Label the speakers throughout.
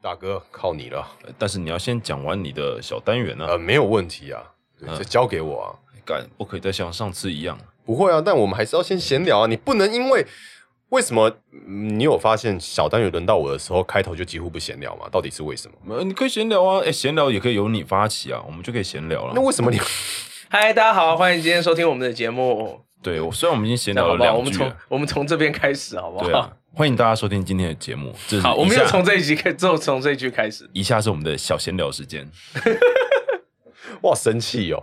Speaker 1: 大哥，靠你
Speaker 2: 啊
Speaker 1: 了，
Speaker 3: 呃但是你要先讲完你的小单元啊
Speaker 1: 呃，，没有问题啊，对
Speaker 3: 嗯
Speaker 1: 这交给我啊，
Speaker 3: 干不可以再像上次一样。
Speaker 1: 不会啊，但我们还是要先闲聊啊，你不能因为为什么嗯你有发现小单元轮到我的时候，开头就几乎不闲聊嘛？到底是为什么？
Speaker 3: 呃，你可以闲聊啊，哎，闲聊也可以由你发起啊，我们就可以闲聊
Speaker 1: 那
Speaker 3: 了。
Speaker 1: 为什么你
Speaker 2: 嗨，大家好，欢迎今天收听我们的节目。
Speaker 3: 对，我虽然我们已经闲
Speaker 2: 那
Speaker 3: 聊
Speaker 2: 好
Speaker 3: 了
Speaker 2: 不好？我
Speaker 3: 两
Speaker 2: 们
Speaker 3: 句
Speaker 2: 从
Speaker 3: 了，
Speaker 2: 我们从这边开始，好不
Speaker 3: 对
Speaker 2: 好？
Speaker 3: 啊，欢迎大家收听今天的节目。这是
Speaker 2: 好，我
Speaker 3: 以
Speaker 2: 们
Speaker 3: 下
Speaker 2: 又从这一集开，就从这一句开始，
Speaker 3: 以下是我们的小闲聊时间。
Speaker 1: 哇生气哦？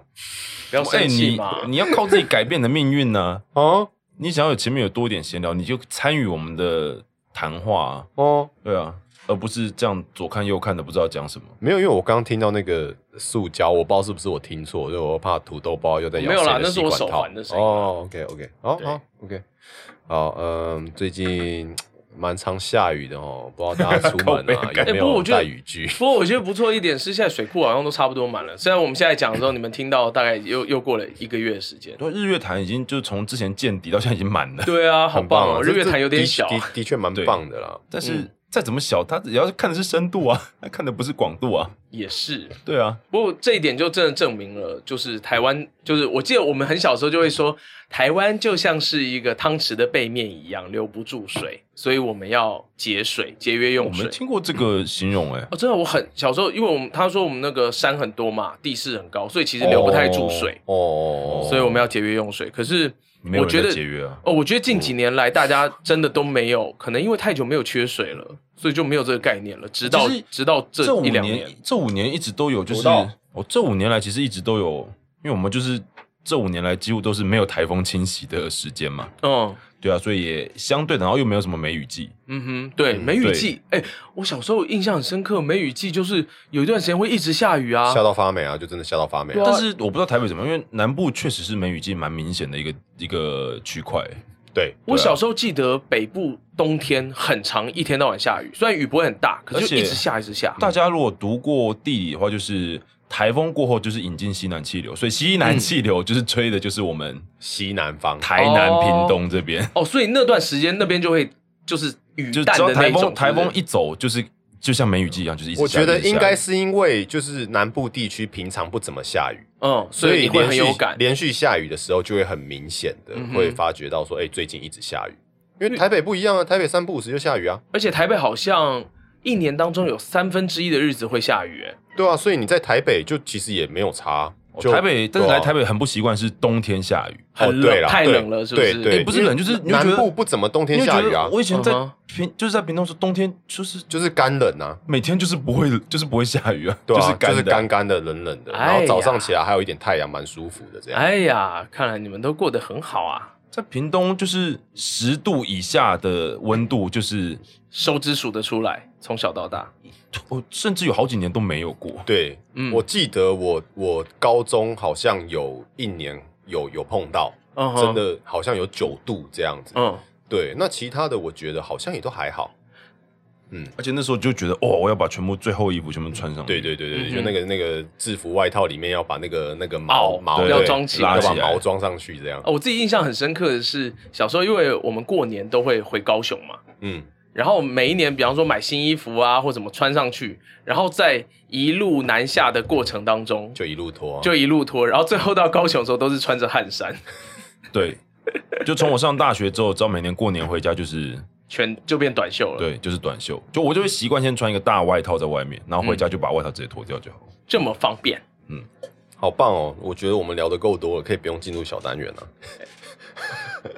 Speaker 2: 不要
Speaker 3: 哎，
Speaker 2: 生气
Speaker 3: 你
Speaker 2: 嘛。
Speaker 3: 你要靠自己改变你的命运呢、
Speaker 1: 啊
Speaker 3: 你想要有前面有多一点闲聊，你就参与我们的谈话、啊，
Speaker 1: 哦，
Speaker 3: 对啊，而不是这样左看右看的不知道讲什么。
Speaker 1: 没有，因为我刚刚听到那个塑胶，我不知道是不是我听错，所以我怕土豆包又在咬
Speaker 2: 没有
Speaker 1: 谁
Speaker 2: 啦
Speaker 1: 的
Speaker 2: 那是我
Speaker 1: 吸管套
Speaker 2: 手环的声音啊
Speaker 1: 哦，OK OK，好
Speaker 3: 对
Speaker 1: 好 OK，好，嗯，最近蛮常下雨的哦，不知道大家出门
Speaker 3: 靠
Speaker 1: 啊
Speaker 3: 背
Speaker 1: 有没
Speaker 2: 哎不过
Speaker 1: 有
Speaker 2: 我觉得
Speaker 1: 带雨具？
Speaker 2: 不过我觉得不错一点是，现在水库好像都差不多满了。虽然我们现在讲的时候，你们听到大概又又过了一个月的时间。
Speaker 3: 对，日月潭已经就是从之前见底到现在已经满了，
Speaker 2: 对啊，好
Speaker 1: 很
Speaker 2: 棒
Speaker 1: 啊
Speaker 2: 哦！
Speaker 1: 这
Speaker 2: 日月
Speaker 1: 这
Speaker 2: 潭有点
Speaker 1: 的
Speaker 2: 小，
Speaker 1: 的的确蛮
Speaker 3: 对
Speaker 1: 棒的啦。
Speaker 3: 但
Speaker 2: 嗯
Speaker 3: 是再怎么小，它也要看的是深度啊， 它看的不是广度啊。
Speaker 2: 也是。
Speaker 3: 对啊，
Speaker 2: 不过这一点就真的证明了，就是台湾，就是我记得我们很小时候就会说，台湾就像是一个汤匙的背面一样，留不住水，所以我们要节水、节约
Speaker 3: 我
Speaker 2: 用水
Speaker 3: 没。听过这个形容哎、
Speaker 2: 哦，真的，我很小时候，因为我们他说我们那个山很多嘛，地势很高，所以其实留不太住水，
Speaker 1: 哦，
Speaker 2: 所以我们要节约用水。可是
Speaker 3: 没有人
Speaker 2: 我觉得
Speaker 3: 在节约啊。
Speaker 2: 哦，我觉得近几年来大家真的都没有，可能因为太久没有缺水了，所以就没有这个概念了。直到
Speaker 3: 其实
Speaker 2: 直到这
Speaker 3: 五
Speaker 2: 一两
Speaker 3: 年，这五年一直都有，就
Speaker 1: 不
Speaker 3: 是
Speaker 1: 到
Speaker 3: 哦，这五年来其实一直都有，因为我们就是这五年来几乎都是没有台风侵袭的时间嘛，
Speaker 2: 嗯
Speaker 3: 对啊，所以也相对的，然后又没有什么梅雨季，
Speaker 2: 嗯哼，对，
Speaker 1: 嗯
Speaker 2: 梅雨季，哎、我小时候印象很深刻，梅雨季就是有一段时间会一直下雨啊
Speaker 1: 吓。到发霉啊，就真的吓到发霉啊。
Speaker 3: 但是我不知道台北怎么样，因为南部确实是梅雨季蛮明显的一个一个区块，欸
Speaker 1: 对，
Speaker 2: 我
Speaker 3: 啊
Speaker 2: 小时候记得北部冬天很长，一天到晚下雨，虽然雨不会很大，可是
Speaker 3: 而
Speaker 2: 就
Speaker 3: 且
Speaker 2: 一直下一直下。
Speaker 3: 大家如果读过地理的话，就是台风过后就是引进西南气流，所以西南气流就是吹的就是我们
Speaker 1: 西南方，
Speaker 3: 台南、
Speaker 2: 哦
Speaker 3: 屏东这边，
Speaker 2: 哦，所以那段时间那边就会就是雨
Speaker 3: 就
Speaker 2: 弹
Speaker 3: 只要
Speaker 2: 的那
Speaker 3: 台
Speaker 2: 一种
Speaker 3: 风台风
Speaker 2: 是
Speaker 3: 一走，就是就像梅雨季一样，就是一直
Speaker 1: 我
Speaker 3: 下
Speaker 1: 觉得
Speaker 3: 一直下
Speaker 1: 应该是因为就是南部地区平常不怎么下雨，
Speaker 2: 不是嗯，
Speaker 1: 所
Speaker 2: 所以你会
Speaker 1: 连
Speaker 2: 很
Speaker 1: 续
Speaker 2: 有感。
Speaker 1: 连续下雨的时候就会很明显的
Speaker 2: 嗯哼
Speaker 1: 会发觉到说，哎，最近一直下雨。因为台北不一样啊，台北三不五时就下雨啊，
Speaker 2: 而且台北好像一年当中有三分之一的日子会下雨，哎，
Speaker 1: 对啊，所以你在台北就其实也没有差。
Speaker 3: 哦
Speaker 1: 就
Speaker 3: 台北，但是
Speaker 1: 对
Speaker 3: 来
Speaker 1: 啊
Speaker 3: 台北很不习惯是冬天下雨，
Speaker 1: 哦
Speaker 2: 很
Speaker 1: 对
Speaker 2: 冷
Speaker 1: 啦
Speaker 2: 太
Speaker 1: 对
Speaker 2: 冷了是不是
Speaker 1: 对对，
Speaker 3: 哎不是冷就是你就觉
Speaker 1: 南
Speaker 3: 得
Speaker 1: 部不怎么冬天
Speaker 3: 因为
Speaker 1: 下
Speaker 3: 觉
Speaker 1: 雨啊
Speaker 3: 得，我以前在
Speaker 2: 嗯哼
Speaker 3: 平就是在屏东是冬天就是
Speaker 1: 就是干冷啊，
Speaker 3: 每天就是不会就是不会下雨啊，
Speaker 1: 对啊，
Speaker 3: 是
Speaker 1: 就是
Speaker 3: 干的啊
Speaker 1: 干。干的、冷冷的，
Speaker 2: 哎呀
Speaker 1: 然后早上起来还有一点太阳，蛮舒服的这样。
Speaker 2: 哎呀，看来你们都过得很好啊，
Speaker 3: 在屏东就是十度以下的温度，就是
Speaker 2: 手指数得出来，从小到大，
Speaker 3: 我甚至有好几年都没有过。
Speaker 1: 对，
Speaker 2: 嗯
Speaker 1: 我记得我我高中好像有一年有有碰到，
Speaker 2: 嗯哼
Speaker 1: 真，的好像有九度这样子。
Speaker 2: 嗯，
Speaker 1: 对，那其他的我觉得好像也都还好。
Speaker 3: 而且那时候就觉得，哦，我要把全部最后一服全部穿上。
Speaker 1: 对，对对对，
Speaker 2: 嗯哼
Speaker 1: 就那个那个制服外套里面要把那个那个毛
Speaker 2: 袄
Speaker 1: 毛
Speaker 3: 对
Speaker 1: 对
Speaker 3: 要
Speaker 2: 哦装起
Speaker 3: 来
Speaker 1: 要
Speaker 3: 拉
Speaker 1: 把
Speaker 3: 起来
Speaker 1: 毛装上去这样。
Speaker 2: 哦，我自己印象很深刻的是，小时候因为我们过年都会回高雄嘛，
Speaker 1: 嗯，
Speaker 2: 然后每一年，比方说买新衣服啊，或怎么穿上去，然后在一路南下的过程当中，
Speaker 1: 就一路脱啊。
Speaker 2: 就一路脱，然后最后到高雄的时候都是穿着汗衫，
Speaker 3: 对，就从我上大学之后，知道每年过年回家就是
Speaker 2: 全就变短袖了。，
Speaker 3: 对，就是短袖，就我就会习惯先穿一个大外套在外面，然后回家就把外套直接脱掉就好。
Speaker 2: 这么方便。
Speaker 1: 好棒哦！我觉得我们聊的够多了，可以不用进入小单元了。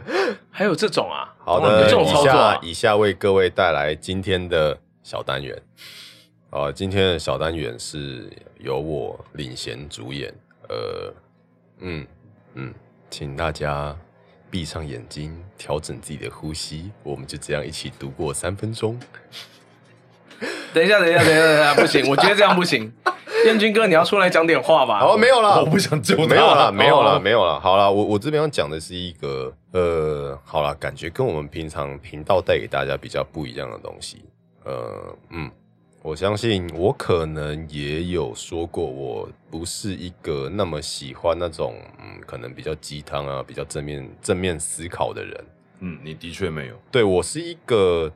Speaker 2: 还有这种啊，
Speaker 1: 好
Speaker 3: 哇你
Speaker 1: 的，
Speaker 3: 这种
Speaker 1: 以
Speaker 2: 操作啊
Speaker 1: 下以下为各位带来今天的小单元。啊，今天的小单元是由我领衔主演。呃，嗯嗯，请大家闭上眼睛，调整自己的呼吸，我们就这样一起度过三分钟。
Speaker 2: 等一下，等一下，等一下，等一下，不行，我觉得这样不行。彦军哥，你要出来讲点话吧？
Speaker 1: 好，没有啦，
Speaker 3: 我不想救他，
Speaker 1: 嗯没有啦，没有啦，
Speaker 2: 哦
Speaker 1: 没有啦。好啦，我我这边要讲的是一个呃，好啦，感觉跟我们平常频道带给大家比较不一样的东西。呃，嗯，我相信我可能也有说过，我不是一个那么喜欢那种嗯，可能比较鸡汤啊，比较正面正面思考的人。
Speaker 3: 嗯，你的确没有，
Speaker 1: 对我是一个，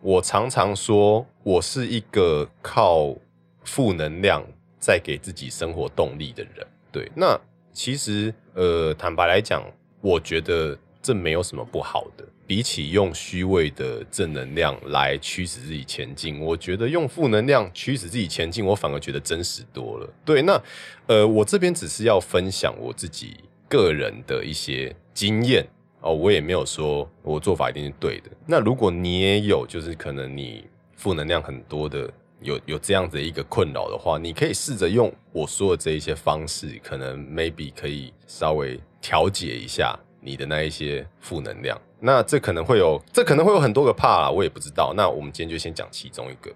Speaker 1: 我常常说我是一个靠负能量在给自己生活动力的人。对，那其实呃，坦白来讲，我觉得这没有什么不好的。比起用虚伪的正能量来驱使自己前进，我觉得用负能量驱使自己前进，我反而觉得真实多了。对，那呃，我这边只是要分享我自己个人的一些经验哦，我也没有说我做法一定是对的。那如果你也有，就是可能你负能量很多的，有有这样子一个困扰的话，你可以试着用我说的这一些方式，可能 maybe 可以稍微调节一下你的那一些负能量。那这可能会有，这可能会有很多个怕啦，我也不知道。那我们今天就先讲其中一个，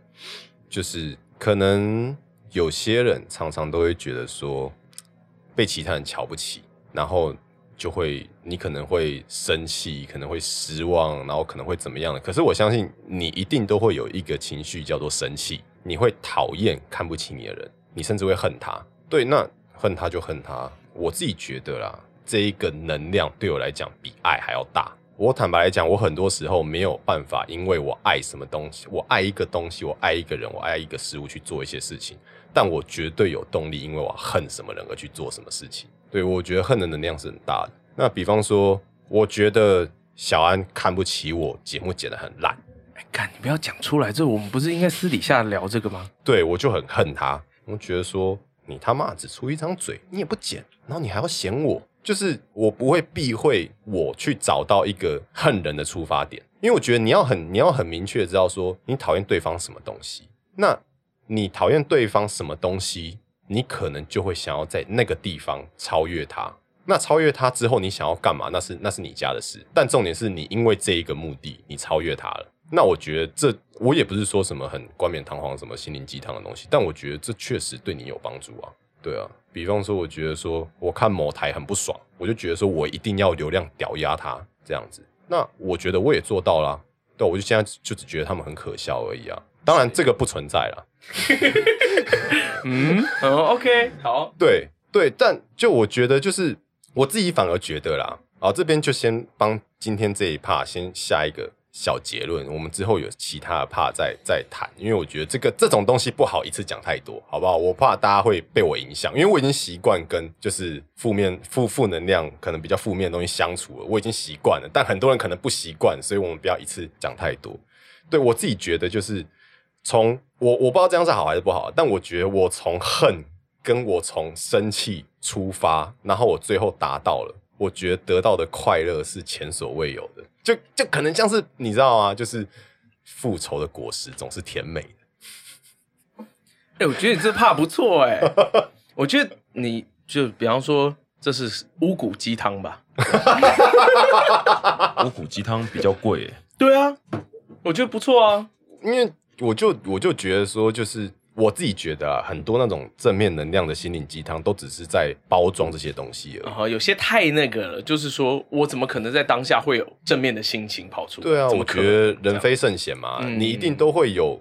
Speaker 1: 就是可能有些人常常都会觉得说被其他人瞧不起，然后就会你可能会生气，可能会失望，然后可能会怎么样的。可是我相信你一定都会有一个情绪叫做生气，你会讨厌看不起你的人，你甚至会恨他。对，那恨他就恨他。我自己觉得啦，这一个能量对我来讲比爱还要大。我坦白来讲，我很多时候没有办法，因为我爱什么东西，我爱一个东西，我爱一个人，我爱一个事物去做一些事情。但我绝对有动力，因为我恨什么人而去做什么事情。对我觉得恨的能量是很大的。那比方说，我觉得小安看不起我，节目剪得很烂，
Speaker 2: 哎，干，你不要讲出来，这我们不是应该私底下聊这个吗？
Speaker 1: 对我就很恨他。我觉得说你他妈只出一张嘴，你也不剪，然后你还要嫌我，就是我不会避讳我去找到一个恨人的出发点，因为我觉得你要很你要很明确地知道说你讨厌对方什么东西。那你讨厌对方什么东西，你可能就会想要在那个地方超越他。那超越他之后，你想要干嘛？那是那是你家的事。但重点是你因为这一个目的，你超越他了。那我觉得这我也不是说什么很冠冕堂皇、什么心灵鸡汤的东西，但我觉得这确实对你有帮助啊。对啊，比方说，我觉得说我看某台很不爽，我就觉得说我一定要流量屌压他这样子。那我觉得我也做到啦。对，啊我就现在就只觉得他们很可笑而已啊。当然，这个不存在啦。
Speaker 2: 嗯，嗯，OK，好，
Speaker 1: 对对，但就我觉得，就是我自己反而觉得啦，啊，这边就先帮今天这一 part 先下一个小结论，我们之后有其他的 part 再再谈，因为我觉得这个这种东西不好一次讲太多，好不好？我怕大家会被我影响，因为我已经习惯跟就是负面负负能量可能比较负面的东西相处了，我已经习惯了，但很多人可能不习惯，所以我们不要一次讲太多。对我自己觉得就是从我我不知道这样是好还是不好，但我觉得我从恨跟我从生气出发，然后我最后达到了，我觉得得到的快乐是前所未有的，就就可能像是你知道啊，就是复仇的果实总是甜美的。
Speaker 2: 哎、我觉得你这怕不错哎、我觉得你就比方说这是乌骨鸡汤吧？
Speaker 3: 五谷鸡汤比较贵耶，
Speaker 2: 对啊，我觉得不错啊。
Speaker 1: 因为我就我就觉得说，就是我自己觉得啊，很多那种正面能量的心灵鸡汤，都只是在包装这些东西而
Speaker 2: 然
Speaker 1: 已。
Speaker 2: 后有些太那个了，就是说我怎么可能在当下会有正面的心情跑出来？
Speaker 1: 对啊，
Speaker 2: 怎
Speaker 1: 我
Speaker 2: 么
Speaker 1: 觉
Speaker 2: 可
Speaker 1: 得
Speaker 2: 能
Speaker 1: 人非圣贤嘛，
Speaker 2: 嗯
Speaker 1: 你一定都会有，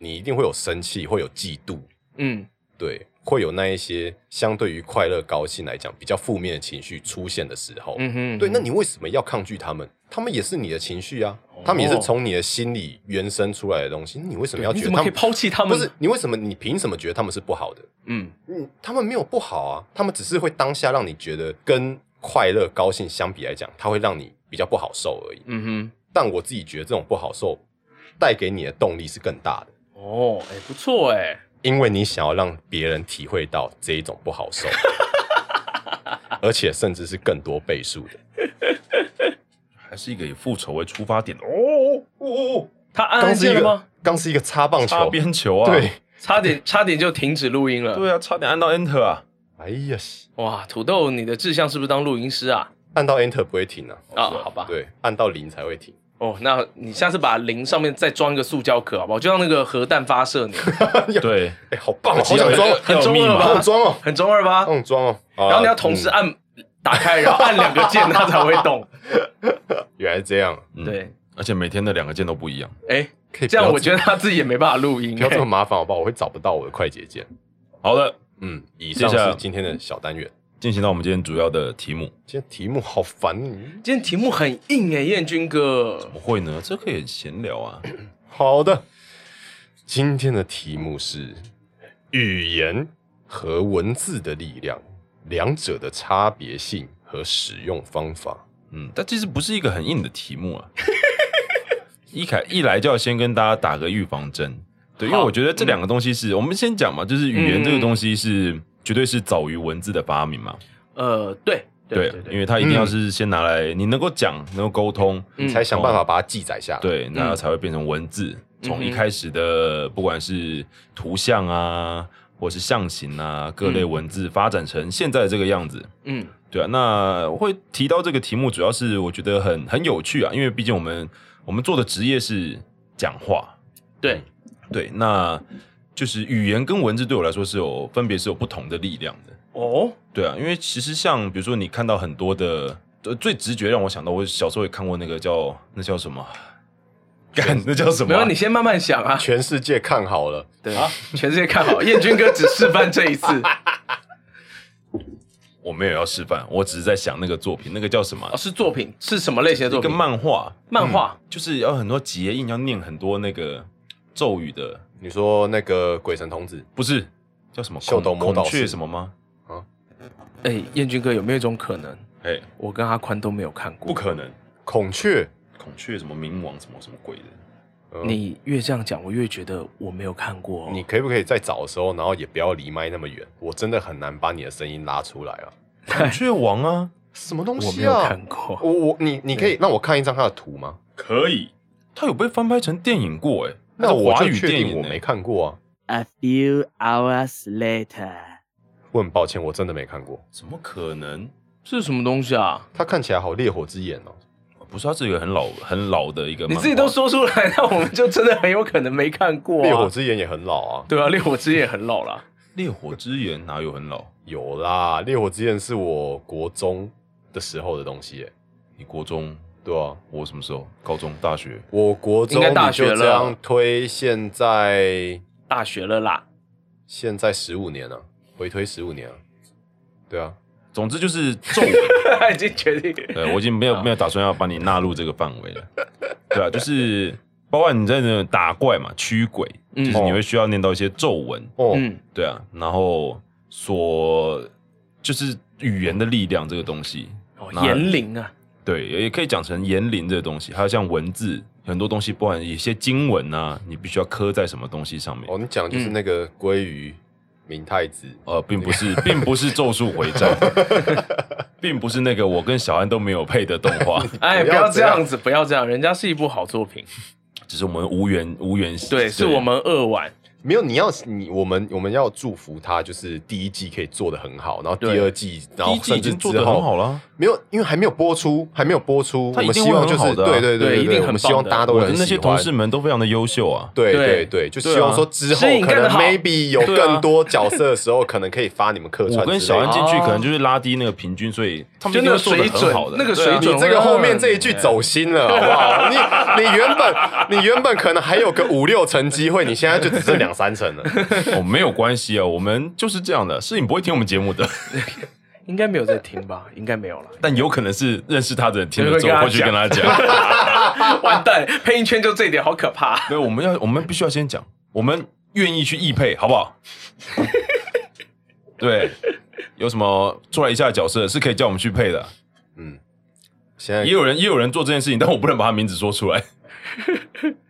Speaker 1: 你一定会有生气，会有嫉妒，
Speaker 2: 嗯，
Speaker 1: 对，会有那一些相对于快乐、高兴来讲比较负面的情绪出现的时候，
Speaker 2: 嗯哼，
Speaker 1: 对，那你为什么要抗拒他们？他们也是你的情绪啊，
Speaker 2: 哦
Speaker 1: 他们也是从你的心里原生出来的东西，那你为什么要
Speaker 2: 你
Speaker 1: 觉得
Speaker 2: 怎
Speaker 1: 他
Speaker 2: 么可以
Speaker 1: 们？
Speaker 2: 抛弃他
Speaker 1: 不
Speaker 2: 们？
Speaker 1: 是，你为什么？你凭什么觉得他们是不好的？
Speaker 2: 嗯，
Speaker 1: 嗯，他们没有不好啊，他们只是会当下让你觉得跟快乐、高兴相比来讲，它会让你比较不好受而已。
Speaker 2: 嗯
Speaker 1: 但我自己觉得这种不好受带给你的动力是更大的，
Speaker 2: 哼，哦，哎、不错哎、
Speaker 1: 因为你想要让别人体会到这一种不好受，而且甚至是更多倍数的。
Speaker 3: 还是一个以复仇为出发点的哦哦哦
Speaker 2: 他按
Speaker 1: 刚
Speaker 2: 按
Speaker 1: 是一
Speaker 2: 键了吗
Speaker 1: 个？，刚是一个擦棒
Speaker 3: 哦，擦
Speaker 1: 球，
Speaker 3: 边球啊，
Speaker 1: 对，
Speaker 2: 差点差点就停止录音了。
Speaker 3: 对啊，差点按到 Enter 啊，
Speaker 1: 哎呀，
Speaker 2: 哇，土豆，你的志向是不是当录音师啊？
Speaker 1: 按到 Enter 不会停啊，
Speaker 2: 啊，
Speaker 3: 是啊
Speaker 2: 好吧。
Speaker 1: 对，按到零才会停。
Speaker 2: 哦，那你下次把零上面再装一个塑胶壳，好不好？就像那个核弹发射钮，
Speaker 3: 对，
Speaker 1: 哎，好棒，哦， 好
Speaker 3: 急
Speaker 1: 想
Speaker 3: 了
Speaker 1: 装哦，
Speaker 2: 很中 二
Speaker 1: 好
Speaker 2: 吧
Speaker 1: 想？装哦，
Speaker 2: 很中二吧？
Speaker 1: 好想装哦。然
Speaker 2: 然后你要同时按打开，然后按两个键，它才会动。
Speaker 1: 原来是这样，
Speaker 3: 嗯
Speaker 2: 对，
Speaker 3: 而且每天的两个键都不一样。
Speaker 2: 哎，
Speaker 1: 可以不
Speaker 2: 这样
Speaker 1: 要
Speaker 2: 我觉得他自己也没办法录音
Speaker 1: 不要这么
Speaker 2: 哎。
Speaker 1: 麻烦好不好？我会找不到我的快捷键。
Speaker 3: 好的，
Speaker 1: 嗯，以上
Speaker 3: 接下来
Speaker 2: 啊
Speaker 1: 是今天的小单元。
Speaker 3: 进行到我们今天主要的题目。
Speaker 1: 今天题目好烦，哦
Speaker 2: 今天题目很硬哎，彦君哥，
Speaker 3: 不会呢，这可以闲聊啊。
Speaker 1: 好的，今天的题目是语言和文字的力量，两者的差别性和使用方法。
Speaker 3: 嗯，但其实不是一个很硬的题目 啊。一开一来就要先跟大家打个预防针，对，因为
Speaker 2: 好嗯
Speaker 3: 我觉得这两个东西是、我们先讲嘛，就是语言这个东西是、绝对是早于文字的发明嘛，
Speaker 2: 呃，对
Speaker 3: 对，
Speaker 2: 对
Speaker 3: 因为它一定要是先拿来、你能够讲，能够沟通，
Speaker 1: 你
Speaker 2: 嗯
Speaker 1: 才想办法把它记载下来。，
Speaker 3: 对，那才会变成文字。从一
Speaker 2: 嗯哼
Speaker 3: 开始的不管是图像啊，或是象形啊，各类
Speaker 2: 嗯
Speaker 3: 文字发展成现在的这个样子，
Speaker 2: 嗯
Speaker 3: 对啊，那我会提到这个题目，主要是我觉得很很有趣啊，因为毕竟我们我们做的职业是讲话，
Speaker 2: 对，
Speaker 3: 对，那就是语言跟文字对我来说是有分别是有不同的力量的，
Speaker 2: 哦，
Speaker 3: 对啊，因为其实像比如说你看到很多的，呃最直觉让我想到，我小时候也看过那个叫那叫什么，干那叫什么
Speaker 2: 没
Speaker 3: 啊、
Speaker 2: 有，你先慢慢想啊。
Speaker 1: 全世界看好了，
Speaker 2: 对，全世界看好，彦君哥只示范这一次。
Speaker 3: 我没有要示范，我只是在想那个作品，那个叫什么啊
Speaker 2: 哦，，是作品，是什么类型的
Speaker 3: 一
Speaker 2: 作
Speaker 3: 个
Speaker 2: 品？
Speaker 3: 漫画，
Speaker 2: 漫画。
Speaker 3: 就是要很多结印，要念很多那个咒语的。
Speaker 1: 你说那个鬼神童子，
Speaker 3: 不是叫什么
Speaker 1: 秀斗
Speaker 3: 孔
Speaker 1: 魔导
Speaker 3: 孔雀
Speaker 1: 士
Speaker 3: 什么吗？
Speaker 2: 哎，彦君哥有没有一种可能，
Speaker 3: 哎、
Speaker 2: 我跟阿宽都没有看过？
Speaker 3: 不可能，
Speaker 1: 孔雀，
Speaker 3: 孔雀什么冥王什么什么鬼的，
Speaker 1: 嗯
Speaker 2: 你越这样讲，我越觉得我没有看过哦。
Speaker 1: 你可以不可以在找的时候，然后也不要离麦那么远？我真的很难把你的声音拉出来啊！
Speaker 3: 孔雀王啊，
Speaker 1: 什么东
Speaker 2: 我没
Speaker 1: 西
Speaker 2: 有
Speaker 1: 啊
Speaker 2: 看？过。
Speaker 1: 我我你你可以让我看一张他的图吗？
Speaker 3: 可以，他有被翻拍成电影过哎、它
Speaker 1: 那
Speaker 3: 是
Speaker 1: 我
Speaker 3: 华
Speaker 1: 就
Speaker 3: 语
Speaker 1: 确
Speaker 3: 电影、
Speaker 1: 定我没，看过啊！
Speaker 4: A few hours later.
Speaker 1: 我很抱歉，我真的没看过。
Speaker 3: 怎么可能？
Speaker 2: 这是什么东西啊？
Speaker 1: 他看起来好烈火之眼哦。
Speaker 3: 不是，它啊是一个很老很老的一个，
Speaker 2: 你自己都，说出来，那我们就真的很有可能没看过、
Speaker 1: 烈火
Speaker 2: 啊。
Speaker 1: 之眼也很老啊，
Speaker 2: 对啊，烈火之夜很老了。
Speaker 3: 烈火之眼哪有很老？
Speaker 1: 有啦，烈火之眼是我国中的时候的东西耶，
Speaker 3: 你国中，
Speaker 1: 对啊，
Speaker 3: 我什么时候？高中、大学？
Speaker 1: 我国中
Speaker 2: 应该大学了
Speaker 1: 你就这样推，现在
Speaker 2: 大学了啦，
Speaker 1: 现在十五年了、啊回推十五年了、啊对啊，
Speaker 3: 总之就是咒语，
Speaker 2: 已经决定。
Speaker 3: 对我已经没有没有打算要把你纳入这个范围了，对啊，就是包括你在那打怪嘛，驱鬼，就
Speaker 2: 嗯
Speaker 3: 是你会需要念到一些咒文，
Speaker 1: 哦，
Speaker 2: 嗯，
Speaker 3: 对啊，然后所就是语言的力量这个东西，
Speaker 2: 哦
Speaker 3: 那
Speaker 2: 言灵啊，
Speaker 3: 对，也也可以讲成言灵这个东西，还有像文字很多东西，不管一些经文啊，你必须要刻在什么东西上面。
Speaker 1: 哦，你讲的就是那个鲑鱼明太子，
Speaker 3: 呃，并不 是，并不是《咒术回战》，并不是那个我跟小安都没有配的动画，
Speaker 2: 哎，
Speaker 1: 不
Speaker 2: 不
Speaker 1: 要
Speaker 2: 要这
Speaker 1: 这样
Speaker 2: 样子，不要这样，人家是一部好作品。
Speaker 3: 只是我们无缘无缘。
Speaker 2: 对，是我们二晚。
Speaker 1: 没有，你要你我们我们要祝福他，就是第一季可以做得很好，然后第
Speaker 2: 对
Speaker 1: 二季，然
Speaker 3: 第
Speaker 1: 后
Speaker 3: 一季
Speaker 1: 甚
Speaker 3: 已
Speaker 1: 至
Speaker 3: 经做
Speaker 1: 之
Speaker 3: 得
Speaker 1: 后
Speaker 3: 很好了。
Speaker 1: 没有，因为还没有播出，还没有播出，
Speaker 3: 它
Speaker 1: 我
Speaker 3: 一
Speaker 1: 们
Speaker 3: 定
Speaker 1: 希
Speaker 3: 会
Speaker 1: 望
Speaker 3: 很
Speaker 1: 就是
Speaker 3: 好的啊
Speaker 1: 对对
Speaker 2: 对
Speaker 1: 对
Speaker 2: 一定
Speaker 1: 我
Speaker 2: 很
Speaker 1: 们
Speaker 2: 棒
Speaker 1: 希望
Speaker 2: 的
Speaker 1: 大家都
Speaker 3: 我
Speaker 1: 会
Speaker 3: 的
Speaker 1: 很喜
Speaker 3: 那
Speaker 1: 欢。
Speaker 3: 些同事们都非常的优秀啊，
Speaker 1: 对
Speaker 2: 对
Speaker 1: 对对，就希望说之后
Speaker 2: 是你
Speaker 1: 可
Speaker 2: 干得
Speaker 1: 能
Speaker 2: 好
Speaker 1: maybe 有更多角色的时候，可能可以发你们客串之类的。
Speaker 3: 啊我跟小安进去
Speaker 2: 哦
Speaker 3: 可能就是拉低那个平均，所以他们
Speaker 2: 就
Speaker 3: 一
Speaker 2: 那
Speaker 3: 定会做
Speaker 2: 个
Speaker 3: 得
Speaker 2: 水
Speaker 3: 很
Speaker 2: 准
Speaker 3: 好的
Speaker 2: 那个
Speaker 3: 对啊啊
Speaker 2: 水准
Speaker 1: 你这个后面这一句走心了，好不好？你你原本你原本可能还有个五六成机会，你现在就只剩两三成了。
Speaker 3: 哦，没有关系啊，我们就是这样的，是你不会听我们节目的，
Speaker 2: 应该没有在听吧？应该没有了。
Speaker 3: 但有可能是认识他的人听了之
Speaker 2: 就
Speaker 3: 后
Speaker 2: 会
Speaker 3: 会去跟
Speaker 2: 跟
Speaker 3: 他讲。
Speaker 2: 完蛋，配音圈就这一点，好可 怕。
Speaker 3: 对，我们要，我们必须要先讲，我们愿意去易配，好不好？ 对，有什么做了一下的角色是可以叫我们去配的，
Speaker 1: 嗯，现在
Speaker 3: 也有人也有人做这件事情，但我不能把他名字说出来。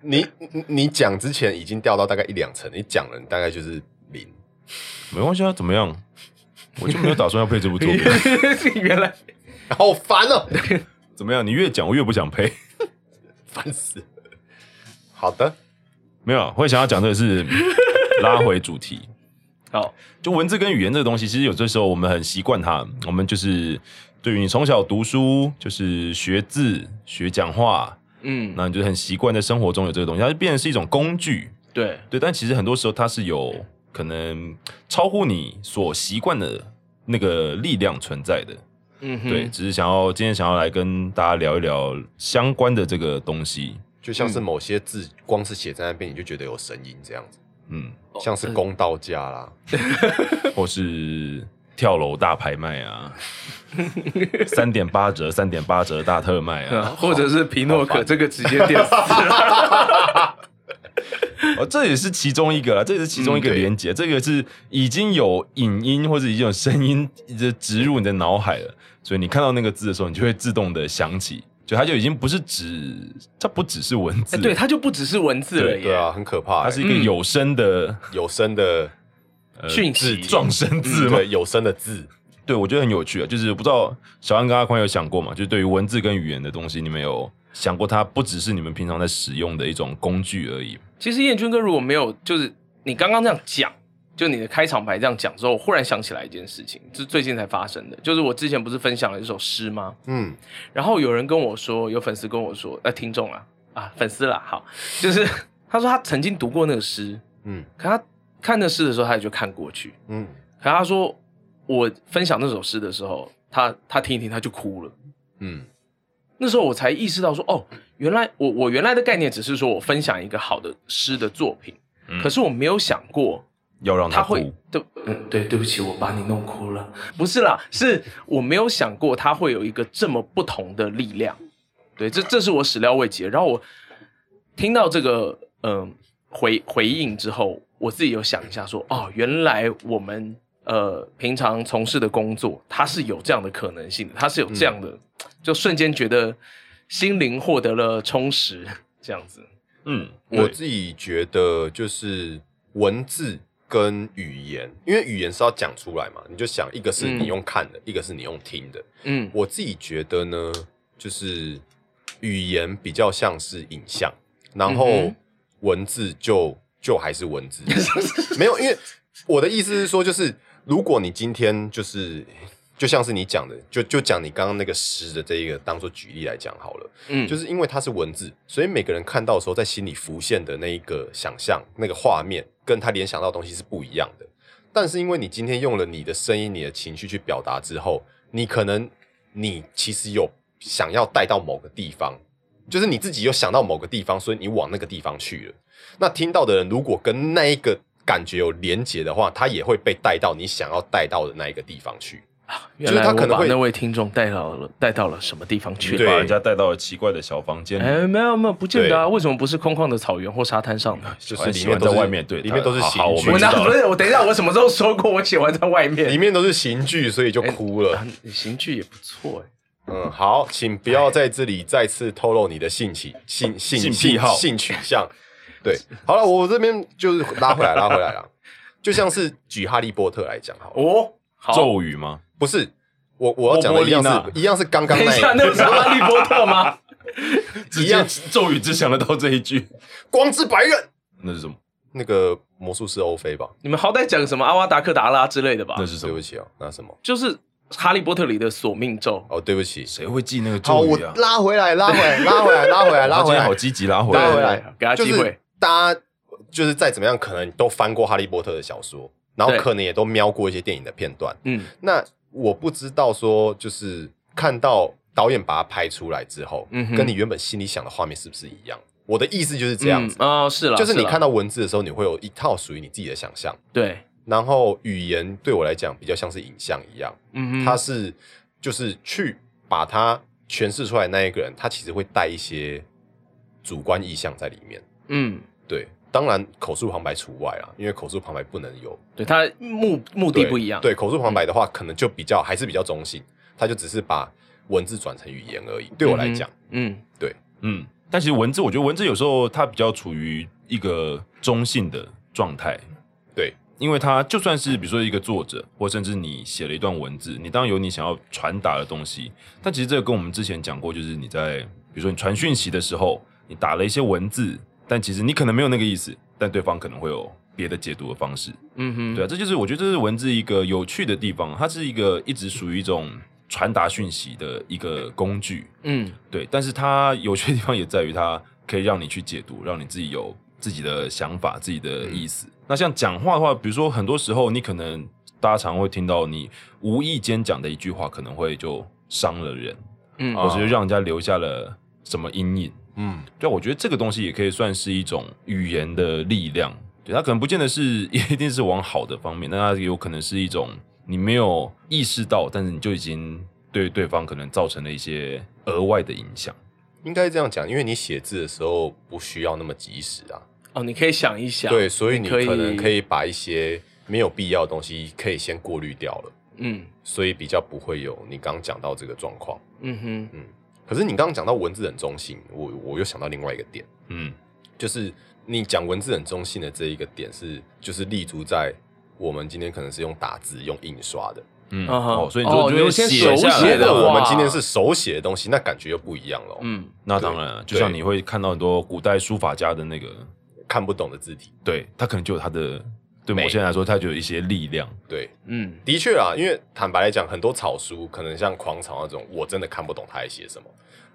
Speaker 1: 你你你讲之前已经掉到大概一两成，你讲了你大概就是零。
Speaker 3: 没关系啊，怎么样？我就没有打算要配这部作 品。
Speaker 2: 原来
Speaker 1: 好烦哦、
Speaker 3: 怎么样？你越讲我越不想配。
Speaker 1: 烦死了。好的，
Speaker 3: 没有，会想要讲这个是拉回主题。
Speaker 2: 好，
Speaker 3: 就文字跟语言这个东西，其实有的时候我们很习惯它，我们就是对于你从小读书，就是学字、学讲话，
Speaker 2: 嗯，
Speaker 3: 那你就很习惯在生活中有这个东西，它就变成是一种工具。
Speaker 2: 对，
Speaker 3: 对，但其实很多时候它是有可能超乎你所习惯的那个力量存在的。
Speaker 2: 嗯哼
Speaker 3: 对，，只是想要今天想要来跟大家聊一聊相关的这个东西。
Speaker 1: 就像
Speaker 3: 嗯
Speaker 1: 是某些字，光是写在那边你就觉得有神音这样子，
Speaker 3: 嗯，
Speaker 2: 哦
Speaker 1: 像是公道价啦，
Speaker 3: 或是跳楼大拍卖啊，三点八折、三点八折大特卖
Speaker 2: 啊
Speaker 3: 啊，
Speaker 2: 或者是皮诺可这个直接电死了，
Speaker 3: 哦，这也是其中一个啦，这也是其中一个
Speaker 1: 嗯对
Speaker 3: 连接，这个是已经有影音或者已经有声音的植入你的脑海了，所以你看到那个字的时候，你就会自动的想起，就它就已经不是只，它不只是文字，
Speaker 2: 哎对，，它就不只是文字了耶，
Speaker 1: 对啊，很可怕、欸。
Speaker 3: 它是一个有声的、
Speaker 1: 有声的嗯
Speaker 3: 呃
Speaker 2: 讯息嗯
Speaker 3: 撞声字嘛，
Speaker 1: 对，有声的字，
Speaker 3: 对我觉得很有趣啊，就是不知道小安跟阿宽有想过嘛，就是对于文字跟语言的东西，你们有想过它不只是你们平常在使用的一种工具而已，
Speaker 2: 其实燕军哥如果没有，就是你刚刚这样讲，就你的开场白这样讲之后，我忽然想起来一件事情，是最近才发生的，就是我之前不是分享了一首诗吗？
Speaker 1: 嗯，
Speaker 2: 然后有人跟我说，有粉丝跟我说，呃，听众啊，啊，粉丝啦，好，就是 他说他曾经读过那个诗，
Speaker 1: 嗯
Speaker 2: 可他看那诗的时候，他也就看过去，
Speaker 1: 嗯，
Speaker 2: 可他说我分享那首诗的时候，他他听一听他就哭了。
Speaker 1: 嗯，
Speaker 2: 那时候我才意识到说，哦，原来我我原来的概念只是说我分享一个好的诗的作品，
Speaker 3: 嗯
Speaker 2: 可是我没有想过
Speaker 3: 要让
Speaker 2: 他
Speaker 3: 哭
Speaker 2: 会对，嗯，对，对不起，我把你弄哭了。不是啦，是我没有想过他会有一个这么不同的力量。对，这这是我始料未及的。然后我听到这个嗯、呃回回应之后，我自己有想一下说，哦，原来我们呃平常从事的工作，它是有这样的可能性的，它是有这样的，
Speaker 1: 嗯
Speaker 2: 就瞬间觉得心灵获得了充实，这样子。
Speaker 3: 嗯，
Speaker 1: 我
Speaker 3: 对
Speaker 1: 自己觉得就是文字跟语言，因为语言是要讲出来嘛，你就想一个是
Speaker 2: 嗯
Speaker 1: 你用看的，一个是你用听的。
Speaker 2: 嗯，
Speaker 1: 我自己觉得呢，就是语言比较像是影像，然
Speaker 2: 嗯
Speaker 1: 后
Speaker 2: 哼
Speaker 1: 文字就就还是文 字，没有，因为我的意思是说，就是如果你今天就是就像是你讲的，就就讲你刚刚那个诗的这一个当做举例来讲好了，
Speaker 2: 嗯，
Speaker 1: 就是因为它是文字，所以每个人看到的时候，在心里浮现的那一个想象、那个画面，跟他联想到的东西是不一样的。但是因为你今天用了你的声音、你的情绪去表达之后，你可能你其实有想要带到某个地方，就是你自己有想到某个地方，所以你往那个地方去了。那听到的人如果跟那一个感觉有连结的话，他也会被带到你想要带到的那一个地方去。
Speaker 2: 原
Speaker 1: 就是
Speaker 2: 来
Speaker 1: 他
Speaker 2: 我
Speaker 1: 可能
Speaker 2: 把
Speaker 1: 会
Speaker 2: 那位听众带到了带到了什么地方去
Speaker 3: 去
Speaker 2: 了？
Speaker 1: 对
Speaker 3: 把人家带到了奇怪的小房间里。
Speaker 2: 哎，没有没有，不见得啊。为什么不是空旷的草原或沙滩上呢？
Speaker 1: 就
Speaker 3: 小孩
Speaker 1: 是
Speaker 3: 喜
Speaker 1: 里
Speaker 3: 欢
Speaker 1: 面都是
Speaker 3: 在外面对
Speaker 1: 里面都是
Speaker 3: 好好
Speaker 1: 刑
Speaker 3: 我
Speaker 1: 具
Speaker 3: 们知，道了
Speaker 2: 是我等一下，我什么时候说过我喜欢在外
Speaker 1: 里
Speaker 2: 面？
Speaker 1: 面都是刑具，所以就哭了。
Speaker 2: 啊刑具也不错哎。
Speaker 1: 嗯，好，请不要在这里再次透露你的性取性性
Speaker 3: 性癖好
Speaker 1: 性取向。对，好了，我这边就是拉回来，拉回来了。就像是举《哈利波特》来讲好了，
Speaker 2: 哦，好，
Speaker 3: 咒语吗？
Speaker 1: 不是我我要讲的一样
Speaker 3: 波波丽
Speaker 1: 是，一样是刚刚
Speaker 2: 等一
Speaker 1: 那
Speaker 2: 下，
Speaker 1: 一
Speaker 2: 那不 是哈利波特吗？
Speaker 1: 一样
Speaker 3: 咒语只想得到这一句，
Speaker 1: 光之白刃
Speaker 3: 那是什么？
Speaker 1: 那个魔术师欧菲吧？
Speaker 2: 你们好歹讲什么阿瓦达克达拉之类的吧
Speaker 3: 那？是什
Speaker 1: 对不
Speaker 3: 么？
Speaker 1: 起哦，那什么？
Speaker 2: 就是哈利波特里的索命咒。
Speaker 1: 哦，对不起。
Speaker 3: 谁会记那个
Speaker 1: 好，
Speaker 3: 咒
Speaker 1: 我
Speaker 3: 语啊？
Speaker 1: 拉回来，拉回来，拉回来，拉回来，
Speaker 3: 他
Speaker 1: 拉
Speaker 3: 今
Speaker 1: 回
Speaker 3: 天
Speaker 1: 来
Speaker 3: 好。积极，拉回
Speaker 1: 拉回
Speaker 3: 来。
Speaker 1: 来，
Speaker 2: 给他机会
Speaker 1: 就是大家就是再怎么样，可能都翻过《哈利波特》的小说，然后
Speaker 2: 对
Speaker 1: 可能也都瞄过一些电影的片段。
Speaker 2: 嗯
Speaker 1: 那我不知道说，就是看到导演把它拍出来之后，
Speaker 2: 嗯哼
Speaker 1: 跟你原本心里想的画面是不是一样？我的意思就是这样子，
Speaker 2: 嗯哦，是了，
Speaker 1: 就是你
Speaker 2: 啦
Speaker 1: 看到文字的时候，你会有一套属于你自己的想象。
Speaker 2: 对，
Speaker 1: 然后语言对我来讲比较像是影像一样，
Speaker 2: 嗯哼，
Speaker 1: 它是就是去把它诠释出来的那一个人，他其实会带一些主观意象在里面。
Speaker 2: 嗯，
Speaker 1: 对，当然口述旁白除外啦，因为口述旁白不能有
Speaker 2: 对，他目目的
Speaker 1: 对
Speaker 2: 不一样。嗯
Speaker 1: 对，口述旁白的话，可能就比较还是比较中性，他就只是把文字转成语言而已。对我来讲，
Speaker 2: 嗯，
Speaker 3: 嗯，但其实文字，我觉得文字有时候它比较处于一个中性的状态，
Speaker 1: 对，
Speaker 3: 因为它就算是比如说一个作者，或甚至你写了一段文字，你当然有你想要传达的东西，但其实这个跟我们之前讲过，就是你在比如说你传讯息的时候，你打了一些文字，但其实你可能没有那个意思，但对方可能会有别的解读的方式。
Speaker 2: 嗯哼，
Speaker 3: 对啊，这就是我觉得这是文字一个有趣的地方，它是一个一直属于一种传达讯息的一个工具。
Speaker 2: 嗯，
Speaker 3: 对，但是它 有趣的地方也在于它可以让你去解读，让你自己有自己的想法、自己的意思。那像讲话的话，比如说很多时候你可能大家常会听到你无意间讲的一句话，可能会就伤了人，
Speaker 2: 嗯
Speaker 3: 或者就让人家留下了什么阴影。
Speaker 1: 嗯，
Speaker 3: 对啊，我觉得这个东西也可以算是一种语言的力量。对，它可能不见得是一定是往好的方面，但它有可能是一种你没有意识到，但是你就已经对对方可能造成了一些额外的影响。
Speaker 1: 应该这样讲，因为你写字的时候不需要那么及时啊，
Speaker 2: 哦，你可以想一想，
Speaker 1: 对，所以你
Speaker 2: 可以
Speaker 1: 可能可以把一些没有必要的东西可以先过滤掉了，
Speaker 2: 嗯
Speaker 1: 所以比较不会有你刚刚讲到这个状况。
Speaker 2: 嗯哼，
Speaker 1: 可是你刚刚讲到文字很中性，我我又想到另外一个点，
Speaker 3: 嗯，
Speaker 1: 就是你讲文字很中性的这一个点是，就是立足在我们今天可能是用打字、用印刷的，
Speaker 3: 嗯，
Speaker 2: 啊哈
Speaker 3: 哦，所以你说
Speaker 2: 哦
Speaker 3: 就
Speaker 2: 有
Speaker 3: 会
Speaker 2: 些
Speaker 3: 写
Speaker 2: 手
Speaker 3: 下
Speaker 2: 写
Speaker 1: 如
Speaker 3: 来
Speaker 2: 的
Speaker 1: 果
Speaker 2: 话
Speaker 1: 我们今天是手写的东西，那感觉又不一样了。
Speaker 2: 嗯
Speaker 3: 那当然了，就像你会看到很多古代书法家的那个，
Speaker 1: 看不懂的字体，
Speaker 3: 对他可能就有他的，对
Speaker 1: 美
Speaker 3: 某些人来说，他就有一些力量。
Speaker 1: 对，
Speaker 2: 嗯，
Speaker 1: 的确啊，因为坦白来讲，很多草书可能像《狂草》那啊种，我真的看不懂他在写什么。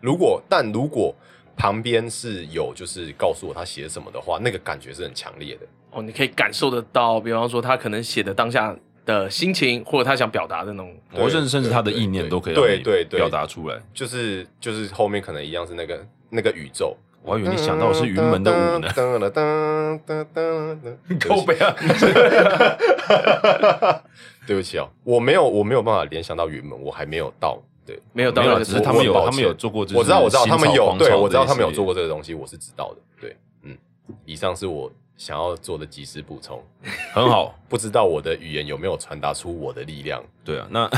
Speaker 1: 如果但如果旁边是有就是告诉我他写什么的话，那个感觉是很强烈的。
Speaker 2: 哦，你可以感受得到，比方说他可能写的当下的心情，或者他想表达的那种，
Speaker 1: 对
Speaker 3: 或者甚至他的
Speaker 1: 对
Speaker 3: 意念都可以
Speaker 1: 对
Speaker 3: 让你
Speaker 1: 对对
Speaker 3: 表达出来。
Speaker 1: 就是就是后面可能一样是那个那个宇宙。
Speaker 3: 我还以为你想到
Speaker 1: 嗯
Speaker 3: 的是云门的 舞呢。
Speaker 1: 噔噔噔噔噔噔
Speaker 3: 够悲啊！
Speaker 1: 对不起哦，我没有我没有办法联想到云门，我还没有到。对，
Speaker 2: 没 有到
Speaker 3: 没有啦，
Speaker 2: 那个
Speaker 3: 只
Speaker 2: 程
Speaker 3: 是
Speaker 2: 度，
Speaker 3: 他们有
Speaker 1: 我很抱
Speaker 3: 他
Speaker 1: 歉
Speaker 3: 们有做过这，
Speaker 1: 我知道，我知道，他们有，对我知道他们有做
Speaker 3: 过。
Speaker 1: 过这个东西，我是知道的。对，嗯，以上是我想要做的及时补充。
Speaker 3: 很好，
Speaker 1: 不知道我的语言有没有传达出我的力量？
Speaker 3: 对啊，那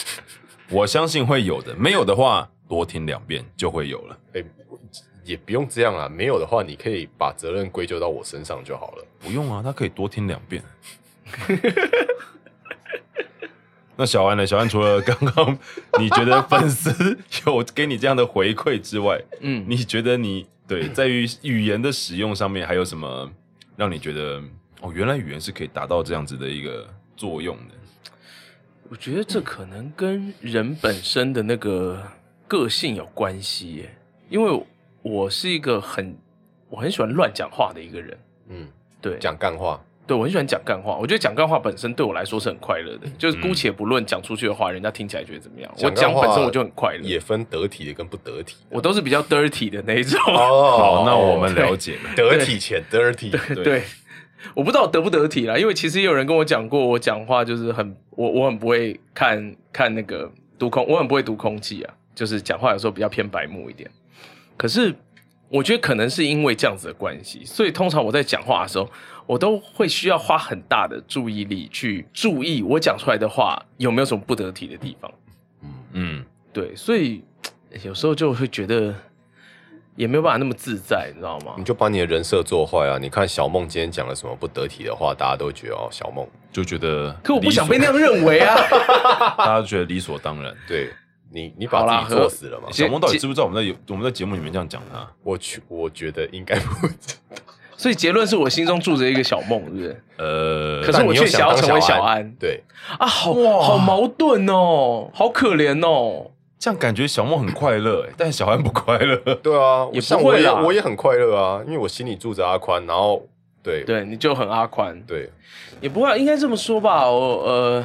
Speaker 3: 我相信会有的，没有的话多听两遍就会有了，
Speaker 1: 哎、也不用这样啦，没有的话，你可以把责任归咎到我身上就好了。
Speaker 3: 不用啊，他可以多听两遍。 那小安呢？小安除了刚刚你觉得粉丝有给你这样的回馈之外，
Speaker 2: 嗯，
Speaker 3: 你觉得你对在于语言的使用上面还有什么让你觉得哦，原来语言是可以达到这样子的一个作用的？
Speaker 2: 我觉得这可能跟人本身的那个个性有关系耶，因为我是一个很我很喜欢乱讲话的一个人，
Speaker 1: 嗯，
Speaker 2: 对，
Speaker 1: 讲干话，
Speaker 2: 对我很喜欢讲干话，我觉得讲干话本身对我来说是很快乐
Speaker 3: 嗯
Speaker 2: 的，就是姑且不论讲出去的话，人家听起来觉得怎么样，我
Speaker 1: 干
Speaker 2: 讲
Speaker 1: 话
Speaker 2: 本身我就很快乐
Speaker 1: 也，分得体的跟不得体。
Speaker 2: 我都是比较 dirty 的那一种，
Speaker 1: 哦
Speaker 3: 好，那我们了解了。
Speaker 1: 得体且得体，
Speaker 3: 对
Speaker 2: 对，我不知道我得不得体啦，因为其实也有人跟我讲过，我讲话就是很我我很不会看看那个读空，我很不会读空气啊，就是讲话有时候比较偏白目一点。可是我觉得可能是因为这样子的关系，所以通常我在讲话的时候，我都会需要花很大的注意力去注意我讲出来的话有没有什么不得体的地方。
Speaker 3: 嗯，
Speaker 2: 对，所以有时候就会觉得也没有办法那么自在，你知道吗
Speaker 1: 你？就把你的人设做坏啊！你看小梦今天讲了什么不得体的话，大家都会觉得哦，小梦
Speaker 3: 就觉得，
Speaker 2: 可我不想被那样认为啊。
Speaker 3: 大家觉得理所当然。
Speaker 1: 对你，你把
Speaker 2: 好啦
Speaker 1: 自己作死了嘛？
Speaker 2: 和
Speaker 3: 小梦到底知不知道我们在有我们在节目里面这样讲啊他？
Speaker 1: 我去，我觉得应该不知道。
Speaker 2: 所以结论是我心中住着一个小梦，是不是？
Speaker 3: 呃，
Speaker 2: 可是我却
Speaker 1: 又
Speaker 2: 想
Speaker 1: 当
Speaker 2: 要成为
Speaker 1: 小
Speaker 2: 小安
Speaker 1: 对，
Speaker 2: 啊，好好矛盾哦，好可怜哦。
Speaker 3: 这样感觉小梦很快乐、欸，但小安不快乐。
Speaker 1: 对啊，我
Speaker 2: 也
Speaker 1: 像
Speaker 2: 不
Speaker 1: 我
Speaker 2: 会
Speaker 1: 也
Speaker 2: 啦
Speaker 1: 我也很快乐啊，因为我心里住着阿宽，然后对
Speaker 2: 对，你就很阿宽，
Speaker 1: 对
Speaker 2: 也不会啊，应该这么说吧。我呃，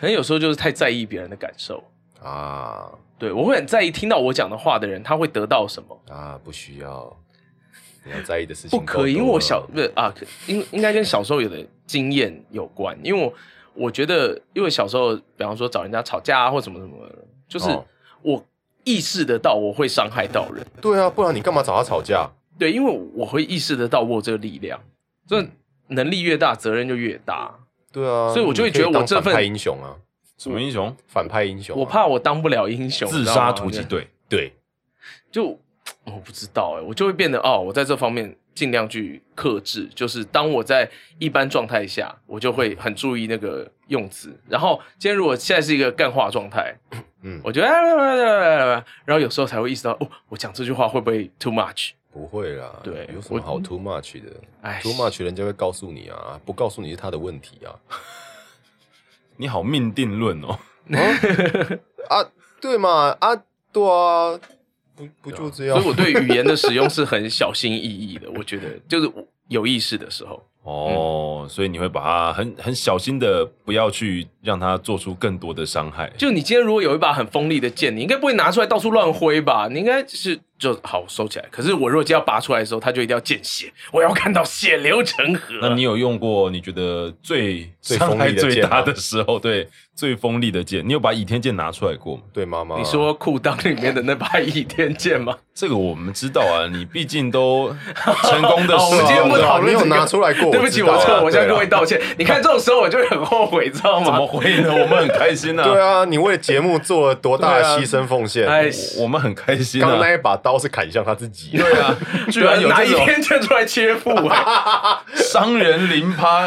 Speaker 2: 可能有时候就是太在意别人的感受。
Speaker 1: 啊
Speaker 2: 对，我会很在意听到我讲的话的人，他会得到什么？
Speaker 1: 啊，不需要，你要在意的事情
Speaker 2: 不可以，
Speaker 1: 够多
Speaker 2: 因为我小
Speaker 1: 了
Speaker 2: 不是啊，可应应该跟小时候有的经验有关。因为我我觉得，因为小时候，比方说找人家吵架啊，或什么什么的，就是
Speaker 1: 哦
Speaker 2: 我意识得到我会伤害到人。
Speaker 1: 对啊，不然你干嘛找他吵架？
Speaker 2: 对，因为我会意识得到我有这个力量，所以能力越大，责任就越大。
Speaker 1: 对啊，
Speaker 2: 所以我就会
Speaker 1: 你可以
Speaker 2: 觉得我
Speaker 1: 当
Speaker 2: 这份
Speaker 1: 反派英雄啊，
Speaker 3: 什么英雄？
Speaker 1: 反派英雄啊、
Speaker 2: 我怕我当不了英 雄，
Speaker 3: 自
Speaker 2: 你知道
Speaker 3: 杀
Speaker 2: 吗
Speaker 3: 突击，队。
Speaker 1: 对
Speaker 2: 就就我不知道哎、我就会变得哦，我在这方面尽量去克制，就是当我在一般状态下，我就会很注意那个用词。然后今天如果现在是一个干话状态，
Speaker 1: 嗯
Speaker 2: 我觉得、啊，然后有时候才会意识到哦，我讲这句话会不会 too much？
Speaker 1: 不会啦，
Speaker 2: 对
Speaker 1: 有什么
Speaker 2: 我嗯
Speaker 1: 好 too much 的
Speaker 2: 哎
Speaker 1: ？too much 人家会告诉你啊，不告诉你是他的问题啊
Speaker 3: 你好命定论哦，
Speaker 1: 啊，对嘛啊，对啊，不不就这样？
Speaker 2: 所以我对语言的使用是很小心翼翼的。我觉得就是有意识的时候，
Speaker 3: 哦，所以你会把它很很小心的，不要去让它做出更多的伤害。
Speaker 2: 就你今天如果有一把很锋利的剑，你应该不会拿出来到处乱挥吧？你应该是就好收起来。可是我如果今天要拔出来的时候，它就一定要见血，我要看到血流成河。
Speaker 3: 那你有用过你觉得最
Speaker 1: 最锋利的
Speaker 3: 伤害最
Speaker 1: 剑吗
Speaker 3: 大的时候，对最锋利的剑，你有把倚天剑拿出来过吗？
Speaker 1: 对妈妈，啊
Speaker 2: 你说裤裆里面的那把倚天剑吗？
Speaker 3: 这个我们知道啊，你毕竟都成功的
Speaker 2: 好我
Speaker 3: 使
Speaker 2: 们今天
Speaker 3: 用
Speaker 2: 不
Speaker 3: 了
Speaker 2: 讨
Speaker 1: 啊你
Speaker 2: 论这
Speaker 1: 有
Speaker 2: 个
Speaker 1: 拿出来过？
Speaker 2: 对不起，
Speaker 1: 知道
Speaker 2: 我
Speaker 1: 啊
Speaker 2: 错，我向各
Speaker 1: 对
Speaker 2: 位。
Speaker 1: 啊
Speaker 2: 道歉。你看这种时候我就会很后悔，知道
Speaker 3: 怎么
Speaker 2: 吗？
Speaker 3: 会呢？我们很开心呐、
Speaker 1: 对啊，你为节目做了多大的牺牲奉献？
Speaker 2: 哎，
Speaker 3: 我们很开心
Speaker 1: 刚刚
Speaker 3: 啊。
Speaker 1: 那一把刀是砍向他自己，
Speaker 3: 对啊， 居然有
Speaker 2: 拿
Speaker 3: 这
Speaker 2: 倚
Speaker 3: 种
Speaker 2: 天剑出来切腹啊！
Speaker 3: 伤人零趴，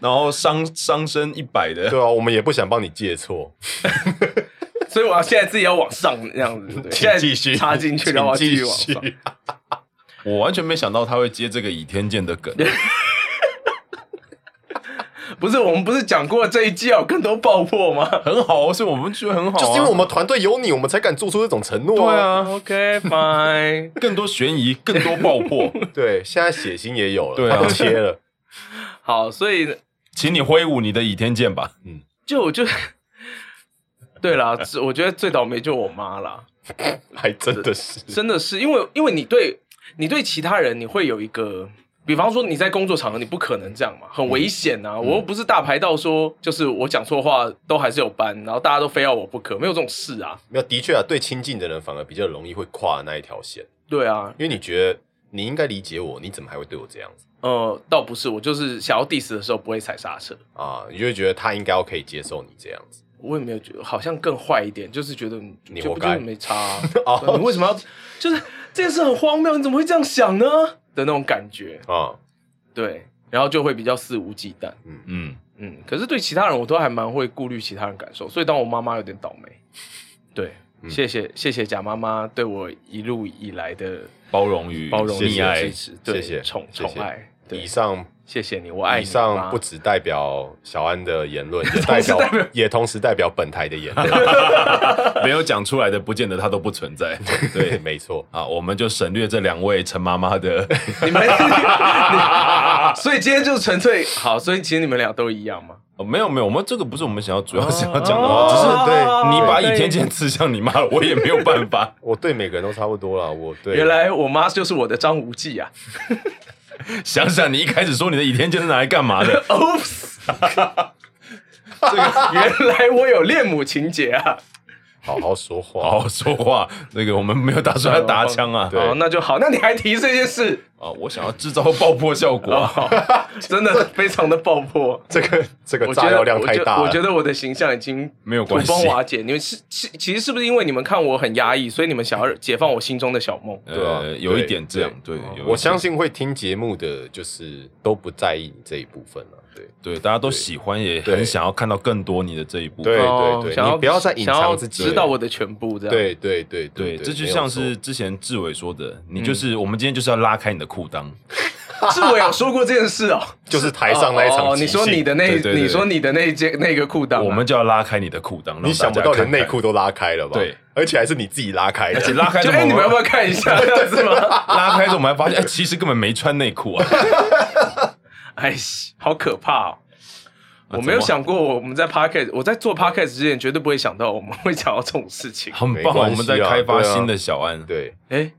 Speaker 3: 然后伤伤身一百的，
Speaker 1: 对啊，我们也不想帮你借错，
Speaker 2: 所以我要现在自己要往上这样子，对现
Speaker 1: 请
Speaker 2: 在
Speaker 1: 继续
Speaker 2: 插进去，
Speaker 1: 请
Speaker 2: 然后我要继
Speaker 1: 继
Speaker 2: 续往上。
Speaker 1: 续。
Speaker 3: 我完全没想到他会接这个倚天剑的梗。
Speaker 2: 不是，我们不是讲过这一季要有更多爆破吗？
Speaker 3: 很好哦，所以我们觉得很好啊、
Speaker 1: 就是因为我们团队有你，我们才敢做出这种承诺
Speaker 3: 对
Speaker 1: 啊。
Speaker 3: 啊，
Speaker 2: OK fine，
Speaker 3: 更多悬疑，更多爆破，
Speaker 2: 啊
Speaker 1: 对，现在血腥也有了，
Speaker 3: 对啊
Speaker 1: 他都切了。
Speaker 2: 好，所以
Speaker 3: 请你挥舞你的倚天剑吧。
Speaker 2: 就我就 对啦，是我觉得最倒霉就我妈啦，
Speaker 1: 还真的是，
Speaker 2: 真的是因为因为你对你对其他人你会有一个。比方说你在工作场合你不可能这样嘛，很危险啊！我又不是大牌到说，就是我讲错话都还是有班，然后大家都非要我不可，没有这种事啊。
Speaker 1: 没有的确啊，对亲近的人反而比较容易会跨那一条线，
Speaker 2: 对啊，
Speaker 1: 因为你觉得你应该理解我，你怎么还会对我这样子
Speaker 2: 呃，倒不是，我就是想要 diss 的时候不会踩刹车，
Speaker 1: 啊？你就会觉得他应该要可以接受你这样子。
Speaker 2: 我也没有觉得，好像更坏一点，就是觉得
Speaker 1: 你
Speaker 2: 就
Speaker 1: 活
Speaker 2: 不
Speaker 1: 该
Speaker 2: 就是没差、啊
Speaker 1: 哦
Speaker 2: 对你为什么要？就是这件事很荒谬，你怎么会这样想呢？的那种感觉，
Speaker 1: 啊，
Speaker 2: 对，然后就会比较肆无忌惮，
Speaker 3: 嗯，
Speaker 2: 嗯。可是对其他人，我都还蛮会顾虑其他人感受，所以当我妈妈有点倒霉，对，
Speaker 1: 嗯
Speaker 2: 谢谢谢谢贾妈妈对我一路以来的
Speaker 3: 包容与
Speaker 2: 包容
Speaker 1: 谢
Speaker 3: 溺
Speaker 1: 啊谢
Speaker 3: 爱
Speaker 2: 支，持，
Speaker 1: 谢
Speaker 2: 对
Speaker 1: 谢
Speaker 2: 宠
Speaker 1: 谢
Speaker 2: 宠
Speaker 1: 谢
Speaker 2: 爱，对
Speaker 1: 以，上
Speaker 2: 谢谢你，我爱你
Speaker 1: 以
Speaker 2: 妈
Speaker 1: 上不只代表小安的言 论，也代表
Speaker 2: 代表
Speaker 1: 也同时代表本台的言 论。
Speaker 3: 没有讲出来的，不见得它都不 存在。
Speaker 1: 对，
Speaker 3: 对，
Speaker 1: 没错。
Speaker 3: 啊，我们就省略这两位陈妈妈的。
Speaker 2: 你们， 你所以今天就纯粹好，所以其实你们俩都一样嘛。
Speaker 3: 哦没有没有，我们这个不是我们想要主要想要讲的话，
Speaker 1: 哦
Speaker 3: 只是
Speaker 1: 对
Speaker 3: 你把倚天剑刺向你妈，我也没有办法。
Speaker 1: 我对每个人都差不多啦，我对
Speaker 2: 原来我妈就是我的张无忌啊。
Speaker 3: 想想你一开始说你的倚天剑是拿来干嘛的？
Speaker 2: Oops，
Speaker 3: 这个
Speaker 2: 原来我有恋母情节啊。
Speaker 1: 好好说话。
Speaker 3: 好好说话，那个我们没有打算要打枪啊。
Speaker 1: 对
Speaker 2: 好，哦那就好。那你还提这件事，
Speaker 1: 哦
Speaker 2: 哦
Speaker 3: 啊，我想要制造爆破效果啊。
Speaker 2: 真的非常的爆破。
Speaker 1: 这个这个
Speaker 2: 我觉
Speaker 1: 炸
Speaker 2: 得
Speaker 1: 药量太大了，
Speaker 2: 我觉得，我觉得我的形象已经
Speaker 3: 没有关系
Speaker 2: 土崩瓦解。你们是是其实是不是因为你们看我很压抑，所以你们想要解放我心中的小梦？
Speaker 1: 对啊
Speaker 3: 呃，有一点这样，对，有一点
Speaker 1: 我相信会听节目的，就是都不在意你这一部分了。对
Speaker 3: 对大家都喜欢，也
Speaker 1: 对
Speaker 3: 很想要看到更多你的这一部分。
Speaker 1: 对
Speaker 2: 哦
Speaker 1: 对对
Speaker 2: 想要
Speaker 1: 你不要再隐藏
Speaker 2: 想要
Speaker 1: 自己
Speaker 2: 知道我的全部这样。
Speaker 1: 对对对
Speaker 3: 对，这就
Speaker 1: 没有
Speaker 3: 像
Speaker 1: 错嗯
Speaker 3: 是之前志伟说的，你就是、我们今天就是要拉开你的裤裆，
Speaker 2: 是我有说过这件事哦。
Speaker 1: 就是台上那一场
Speaker 2: 哦哦
Speaker 1: 即
Speaker 2: 你说
Speaker 1: 兴
Speaker 2: 你的那，
Speaker 3: 对对对
Speaker 2: 你说你的那一件那个裤裆啊、
Speaker 3: 我们就要拉开你的裤裆，让
Speaker 1: 你想不到
Speaker 3: 大家
Speaker 1: 连
Speaker 3: 看看
Speaker 1: 内裤都拉开了吧？
Speaker 3: 对，
Speaker 1: 而且还是你自己拉开的，
Speaker 3: 而且拉开
Speaker 2: 就
Speaker 3: 之后，
Speaker 2: 哎、你们要不要看一下这样子 吗？
Speaker 3: 拉开之后，我们还发现哎、其实根本没穿内裤啊。
Speaker 2: 哎，好可怕哦！
Speaker 1: 啊
Speaker 2: 我没有想过，我们在 podcast，我在做 podcast 之前绝对不会想到我们会讲到这种事 情。
Speaker 3: 很
Speaker 1: 没
Speaker 3: 棒啊，
Speaker 1: 关系啊
Speaker 3: 我们在开发
Speaker 1: 对啊
Speaker 3: 新的小安，
Speaker 1: 对，
Speaker 2: 哎，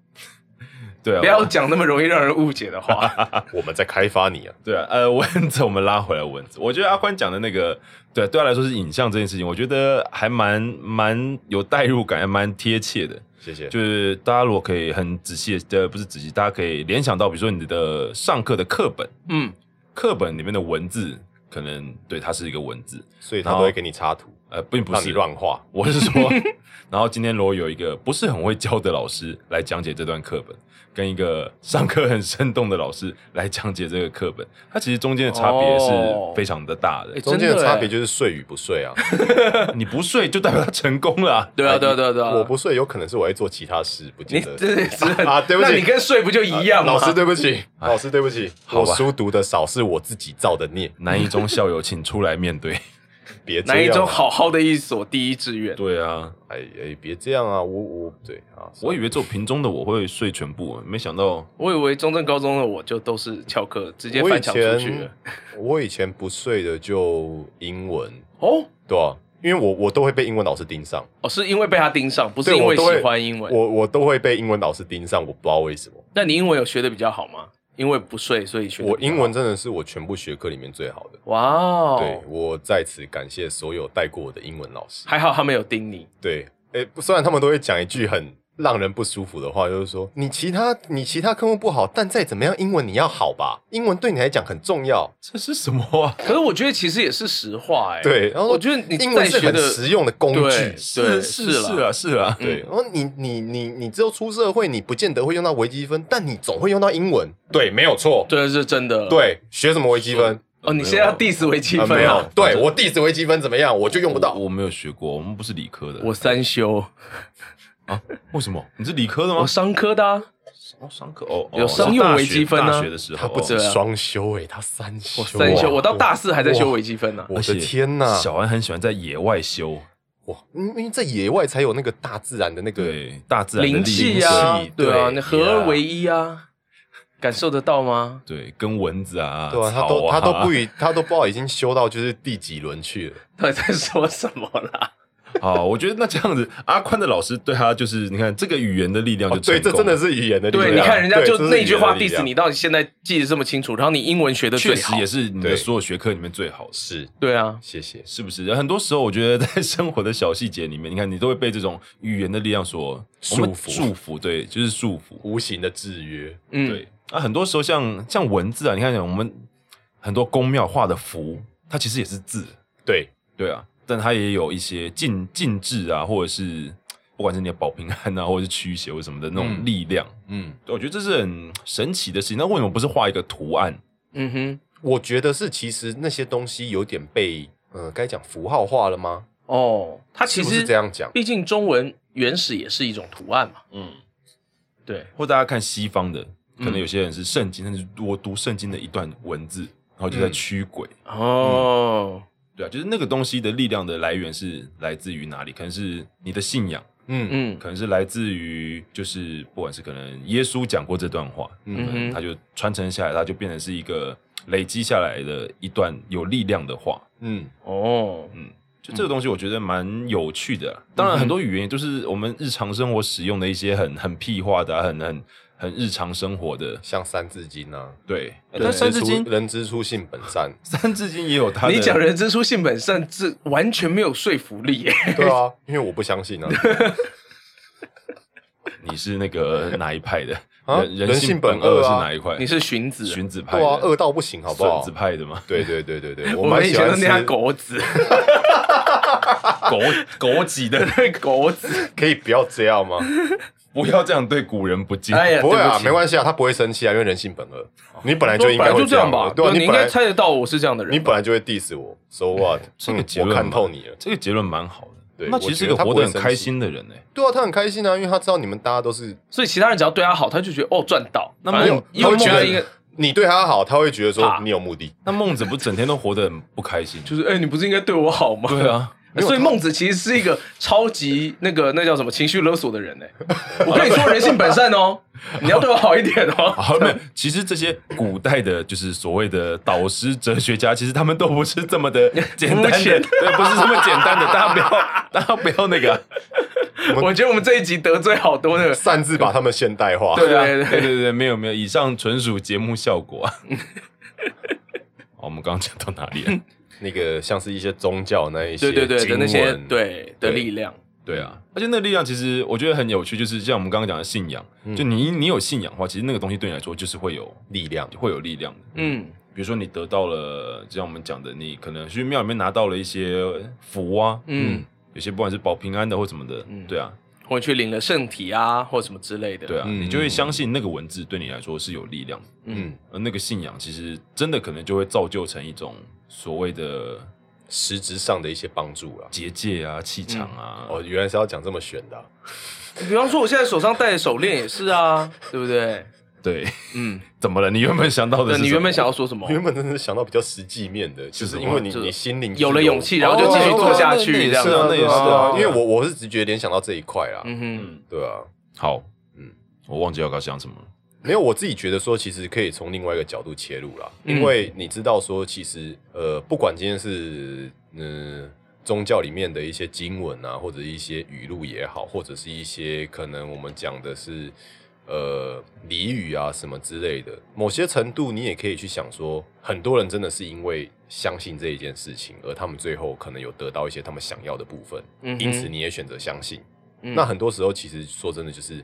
Speaker 3: 对啊，
Speaker 2: 不要讲那么容易让人误解的话。
Speaker 1: 我们在开发你啊，
Speaker 3: 对啊，呃， 蚊子，我们拉回来蚊子。我觉得阿宽讲的那个，对啊对他来说是影像这件事情，我觉得还蛮蛮有代入感，还蛮贴切的。
Speaker 1: 谢谢。
Speaker 3: 就是大家如果可以很仔细的，呃，不是仔细，大家可以联想到，比如说你的上课的课本，
Speaker 2: 嗯，
Speaker 3: 课本里面的文字，可能对它是一个文字，
Speaker 1: 所以他都会给你插图，
Speaker 3: 呃，并不
Speaker 1: 让你
Speaker 3: 是，
Speaker 1: 乱画。
Speaker 3: 我是说，然后今天如果有一个不是很会教的老师来讲解这段课本，跟一个上课很生动的老师来讲解这个课本，它其实中间的差别
Speaker 2: 哦
Speaker 3: 是非常的大的。
Speaker 2: 哎
Speaker 1: 中间的
Speaker 2: 真的
Speaker 1: 差
Speaker 2: 欸
Speaker 1: 别就是睡与不睡啊！哎
Speaker 3: 你不睡就代表他成功了啊、
Speaker 2: 对啊，对啊，对啊，对啊。
Speaker 1: 我不睡，有可能是我在做其他事，不
Speaker 2: 你
Speaker 1: 见得
Speaker 2: 这也是很
Speaker 1: 啊对不起啊
Speaker 2: 那你跟睡不就一样吗？
Speaker 1: 老师，对不起，
Speaker 3: 哎
Speaker 1: 老师，对不起，
Speaker 3: 好
Speaker 1: 我
Speaker 3: 吧
Speaker 1: 书读的少，是我自己造的孽。
Speaker 3: 南一中校友，请出来面对。
Speaker 1: 别这
Speaker 2: 南一
Speaker 1: 样
Speaker 2: 中
Speaker 1: 啊
Speaker 2: 好好的一所第一志愿，
Speaker 3: 对啊，
Speaker 1: 哎哎，别这样啊！我我对啊，
Speaker 3: 我以为只有屏中的我会睡全部，欸没想到
Speaker 2: 我以为中正高中的我就都是翘课，直接
Speaker 1: 我以
Speaker 2: 翻墙出去
Speaker 1: 前
Speaker 2: 了。
Speaker 1: 我以前不睡的就英文，
Speaker 2: 哦
Speaker 1: 对啊，因为我我都会被英文老师盯上，
Speaker 2: 哦，是因为被他盯上，不是
Speaker 1: 对
Speaker 2: 因
Speaker 1: 我
Speaker 2: 为
Speaker 1: 都会
Speaker 2: 喜欢英文。
Speaker 1: 我我都会被英文老师盯上，我不知道为什么。
Speaker 2: 那你英文有学的比较好吗？因为不睡，所以学得比较
Speaker 1: 我
Speaker 2: 好。
Speaker 1: 英文真的是我全部学科里面最好的。
Speaker 2: 哇哦，
Speaker 1: 对，我在此感谢所有带过我的英文老师。
Speaker 2: 还好他们有盯你。
Speaker 1: 对，哎、虽然他们都会讲一句很让人不舒服的话，就是说你其他你其他科目不好，但再怎么样，英文你要好吧？英文对你来讲很重要。
Speaker 3: 这是什么啊？
Speaker 2: 可是我觉得其实也是实话哎、
Speaker 1: 对，然后
Speaker 2: 我觉得你
Speaker 1: 英文
Speaker 2: 再
Speaker 1: 是
Speaker 2: 学
Speaker 1: 很
Speaker 2: 的
Speaker 1: 实用的工具
Speaker 2: 对。
Speaker 3: 是
Speaker 2: 是
Speaker 3: 是
Speaker 2: 啦
Speaker 3: 是啊是啊，
Speaker 2: 嗯
Speaker 1: 对，然后你你你你之后出社会，你不见得会用到微积分，但你总会用到英文。对，没有错。
Speaker 2: 这是真的。
Speaker 1: 对，学什么微积分？
Speaker 2: 哦，你现在要 diss 微积
Speaker 1: 啊
Speaker 2: 分
Speaker 1: 没有
Speaker 2: 啊？。
Speaker 1: 对我弟子微积分怎么样，我就用不到。
Speaker 3: 我，我没有学过，我们不是理科的。
Speaker 2: 我三修，
Speaker 3: 啊，为什么？你是理科的吗
Speaker 2: 我？商科的、啊，
Speaker 3: 哦，商科哦，哦
Speaker 2: 有商用
Speaker 3: 大
Speaker 2: 微
Speaker 3: 学
Speaker 2: 积分啊
Speaker 3: 大学的时候，
Speaker 1: 他不
Speaker 3: 哦
Speaker 1: 止
Speaker 2: 对啊
Speaker 1: 双修诶、他三修
Speaker 2: 我
Speaker 1: 啊、
Speaker 2: 三修，我到大四还在修
Speaker 1: 哇
Speaker 2: 微积分呢、
Speaker 1: 我
Speaker 3: 而且
Speaker 1: 的天呐！
Speaker 3: 小安很喜欢在野外修，
Speaker 1: 哇，因因为在野外才有那个大自然的那个，
Speaker 3: 对大自然的
Speaker 2: 灵气
Speaker 3: 气
Speaker 2: 啊，对啊，你合二为
Speaker 3: 一，
Speaker 2: 一啊，感受得到吗？
Speaker 3: 对，跟蚊子啊，
Speaker 1: 对啊，他
Speaker 3: 草
Speaker 1: 都他
Speaker 3: 啊
Speaker 1: 都不与 他都不知道已经修到就是第几轮去了。
Speaker 2: 到底在说什么啦？
Speaker 3: 好，我觉得那这样子，阿宽的老师对他就是，你看这个语言的力量
Speaker 1: 哦
Speaker 3: 就，
Speaker 1: 对，这
Speaker 3: 成功
Speaker 1: 真
Speaker 3: 了
Speaker 1: 的是语言的力量。
Speaker 2: 对，你看人家
Speaker 1: 对
Speaker 2: 就
Speaker 1: 这是
Speaker 2: 那句话
Speaker 1: 语言的
Speaker 2: diss
Speaker 1: 力
Speaker 2: 你，
Speaker 1: 量，
Speaker 2: 到你现在记得这么清楚，然后你英文学的
Speaker 3: 确
Speaker 2: 最
Speaker 3: 实
Speaker 2: 好
Speaker 3: 也，是你
Speaker 1: 对
Speaker 3: 的所有学科里面最好的，
Speaker 1: 是
Speaker 2: 对啊，
Speaker 1: 谢谢。
Speaker 3: 是不是？很多时候我觉得在生活的小细节里面，你看你都会被这种语言的力量所
Speaker 1: 束
Speaker 3: 我们
Speaker 1: 缚
Speaker 3: 束缚对，就是束缚。
Speaker 1: 无形的制约，
Speaker 2: 嗯，
Speaker 3: 对，那、很多时候像像文字啊，你看我们很多宫庙画的符，它其实也是字，
Speaker 1: 对，
Speaker 3: 对啊，但它也有一些禁禁制啊，或者是不管是你的保平安啊， 或者是驱邪或什么的那种
Speaker 1: 嗯
Speaker 3: 力量，
Speaker 1: 嗯，
Speaker 3: 对我觉得这是很神奇的事情。那为什么不是画一个图案？
Speaker 2: 嗯哼，
Speaker 1: 我觉得是其实那些东西有点被呃，该讲符号化了吗？
Speaker 2: 哦，它其
Speaker 1: 是不
Speaker 2: 实
Speaker 1: 是这样讲，
Speaker 2: 毕竟中文原始也是一种图案嘛，
Speaker 3: 嗯，
Speaker 2: 对，
Speaker 3: 或大家看西方的，可能
Speaker 2: 嗯
Speaker 3: 有些人是圣经，但是我读圣经的一段文字，然后就在
Speaker 1: 嗯
Speaker 3: 驱鬼。
Speaker 2: 哦，
Speaker 3: 对啊，就是那个东西的力量的来源是来自于哪里？可能是你的信仰，
Speaker 1: 嗯
Speaker 2: 嗯
Speaker 3: 可能是来自于就是不管是可能耶稣讲过这段话，
Speaker 1: 嗯
Speaker 2: 嗯
Speaker 1: 嗯，
Speaker 2: 哼
Speaker 3: 他就传承下来，它就变成是一个累积下来的一段有力量的话。
Speaker 1: 嗯，
Speaker 2: 哦，
Speaker 3: 嗯，就这个东西，我觉得蛮有趣的啊、当然，很多语言也就是我们日常生活使用的一些很很屁话的啊、很很很日常生活的。
Speaker 1: 像《三字经》啊，
Speaker 3: 对，
Speaker 1: 人
Speaker 3: 但《三
Speaker 1: 之
Speaker 3: 字
Speaker 1: 初
Speaker 3: 经》《
Speaker 1: 人之初性本善，
Speaker 3: 三字经》也有它的。
Speaker 2: 你讲人之初性本善，这完全没有说服力耶。
Speaker 1: 对啊，因为我不相信啊，
Speaker 3: 你是那个哪一派的？
Speaker 1: 啊
Speaker 3: 人
Speaker 1: 人性
Speaker 3: 性
Speaker 1: 本
Speaker 3: 恶
Speaker 1: 恶
Speaker 3: 是
Speaker 1: 啊
Speaker 3: 哪一块？
Speaker 2: 你是荀子，
Speaker 3: 荀子派
Speaker 1: 对
Speaker 3: 的，
Speaker 1: 啊，恶到不行，好不 好？
Speaker 3: 荀子？派的吗
Speaker 1: 对对对对对，
Speaker 2: 我
Speaker 1: 蛮
Speaker 2: 们以
Speaker 1: 喜
Speaker 2: 前
Speaker 1: 欢
Speaker 2: 都
Speaker 1: 吃
Speaker 2: 念他狗子，
Speaker 3: 狗狗级 的，
Speaker 2: 对狗子，
Speaker 1: 可以不要这样吗？
Speaker 3: 不要这样对古人不敬。
Speaker 2: 哎呀，
Speaker 1: 不会
Speaker 2: 对
Speaker 1: 啊，
Speaker 2: 起
Speaker 1: 没关系啊，他不会生气啊，因为人性本恶。你本来
Speaker 2: 说
Speaker 1: 就应该
Speaker 2: 本来
Speaker 1: 会
Speaker 2: 就这样吧，
Speaker 1: 对啊，
Speaker 2: 你
Speaker 1: 你
Speaker 2: 应
Speaker 1: 本
Speaker 2: 该
Speaker 1: 来
Speaker 2: 猜得到我是这样的人吧。
Speaker 1: 你本来就会 diss 我，so what？
Speaker 3: 这个
Speaker 1: 嗯
Speaker 3: 结论
Speaker 1: 我看
Speaker 3: 蛮
Speaker 1: 透你了。
Speaker 3: 这个结论蛮好的。
Speaker 1: 对
Speaker 3: 那其实是
Speaker 1: 我觉
Speaker 3: 个
Speaker 1: 得他
Speaker 3: 活
Speaker 1: 不会
Speaker 3: 得很
Speaker 1: 生
Speaker 3: 开
Speaker 1: 气
Speaker 3: 心的人呢、欸
Speaker 1: 对啊，他很开心啊，因为他知道你们大家都是
Speaker 2: 所以其他人只要对他好，他就觉得哦赚到。
Speaker 3: 那
Speaker 2: 反正
Speaker 3: 没
Speaker 1: 他
Speaker 2: 幽
Speaker 1: 会
Speaker 2: 默
Speaker 1: 觉
Speaker 2: 的一个啊
Speaker 1: 得你对他好，他会觉得说
Speaker 2: 怕
Speaker 1: 你有目的。
Speaker 3: 那孟子不整天都活得很不开心？
Speaker 2: 就是哎，你不是应该对我好吗？
Speaker 3: 对。 啊，
Speaker 1: 没有
Speaker 2: 所以
Speaker 1: 他
Speaker 2: 孟子其实是一个超级那个那叫什么情绪勒索的人 呢。我跟你说，人性本善哦，你要对我好一点
Speaker 1: 啊
Speaker 2: 哦。
Speaker 3: 啊好，没有。其实这些古代的，就是所谓的导师、哲学家，其实他们都不是这 么的简单
Speaker 2: 肤
Speaker 3: 的，
Speaker 2: 浅
Speaker 3: 对，不是这么简单的。大家不要，大家不要那个啊、
Speaker 2: 我觉得我们这一集得罪好多那个，
Speaker 1: 擅自把他们现代化，
Speaker 2: 对啊
Speaker 3: 对对对对，没有没有，以上纯属节目效 果啊。好，我们刚刚讲到哪里了？
Speaker 1: 那个像是一些宗教那一些
Speaker 2: 对对对的
Speaker 1: 经
Speaker 2: 那些
Speaker 1: 文，
Speaker 2: 对
Speaker 1: 对
Speaker 2: 的力量。
Speaker 3: 对
Speaker 2: 嗯
Speaker 3: 啊，而且那力量其实我觉得很有趣，就是像我们刚刚讲的信仰，
Speaker 2: 嗯
Speaker 3: 就你你有信仰的话，其实那个东西对你来说就是会有
Speaker 1: 力量，
Speaker 3: 会有力量的。
Speaker 2: 嗯
Speaker 3: 比如说你得到了，就像我们讲的，你可能去庙里面拿到了一些福啊，
Speaker 2: 嗯，
Speaker 3: 有些不管是保平安的或什么的，
Speaker 2: 嗯
Speaker 3: 对啊，
Speaker 2: 或者去领了圣体啊，或什么之类的。
Speaker 3: 对啊，
Speaker 1: 嗯
Speaker 3: 你就会相信那个文字对你来说是有力量的，
Speaker 1: 嗯，
Speaker 3: 而那个信仰其实真的可能就会造就成一种所谓的
Speaker 1: 实质上的一些帮助啊。
Speaker 3: 结界啊、气场啊，
Speaker 2: 嗯
Speaker 1: 哦，原来是要讲这么玄的啊，
Speaker 2: 比方说，我现在手上戴的手链也是啊，对不对？
Speaker 3: 对，
Speaker 2: 嗯，
Speaker 3: 怎么了？你原本想到的
Speaker 2: 那
Speaker 3: 是什么
Speaker 2: 你原本想要说什么？
Speaker 1: 原本真的想到比较实际面的，就是是
Speaker 3: 什
Speaker 1: 因
Speaker 3: 么
Speaker 1: 为你
Speaker 2: 就是
Speaker 1: 你心灵
Speaker 2: 有了勇气，
Speaker 1: 哦
Speaker 2: 然后就继续
Speaker 3: 哦
Speaker 2: 做下
Speaker 3: 那那
Speaker 2: 去，
Speaker 3: 也
Speaker 2: 这样
Speaker 3: 是
Speaker 1: 是
Speaker 2: 子
Speaker 1: 啊，
Speaker 3: 那
Speaker 1: 那
Speaker 3: 也
Speaker 1: 也
Speaker 3: 是
Speaker 1: 是
Speaker 3: 啊
Speaker 1: 啊，因为我我是直觉联想到这一块啦，
Speaker 2: 嗯哼，
Speaker 3: 嗯，
Speaker 1: 对啊，
Speaker 3: 好，
Speaker 1: 嗯
Speaker 3: 嗯，我忘记要刚想什么了。
Speaker 1: 没有，我自己觉得说，其实可以从另外一个角度切入啦，
Speaker 2: 嗯
Speaker 1: 因为你知道说，其实呃，不管今天是嗯、呃宗教里面的一些经文啊，或者一些语录也好，或者是一些可能我们讲的是呃俚语啊什么之类的，某些程度你也可以去想说，很多人真的是因为相信这一件事情，而他们最后可能有得到一些他们想要的部分，
Speaker 2: 嗯哼
Speaker 1: 因此你也选择相信。
Speaker 2: 嗯
Speaker 1: 那很多时候，其实说真的，就是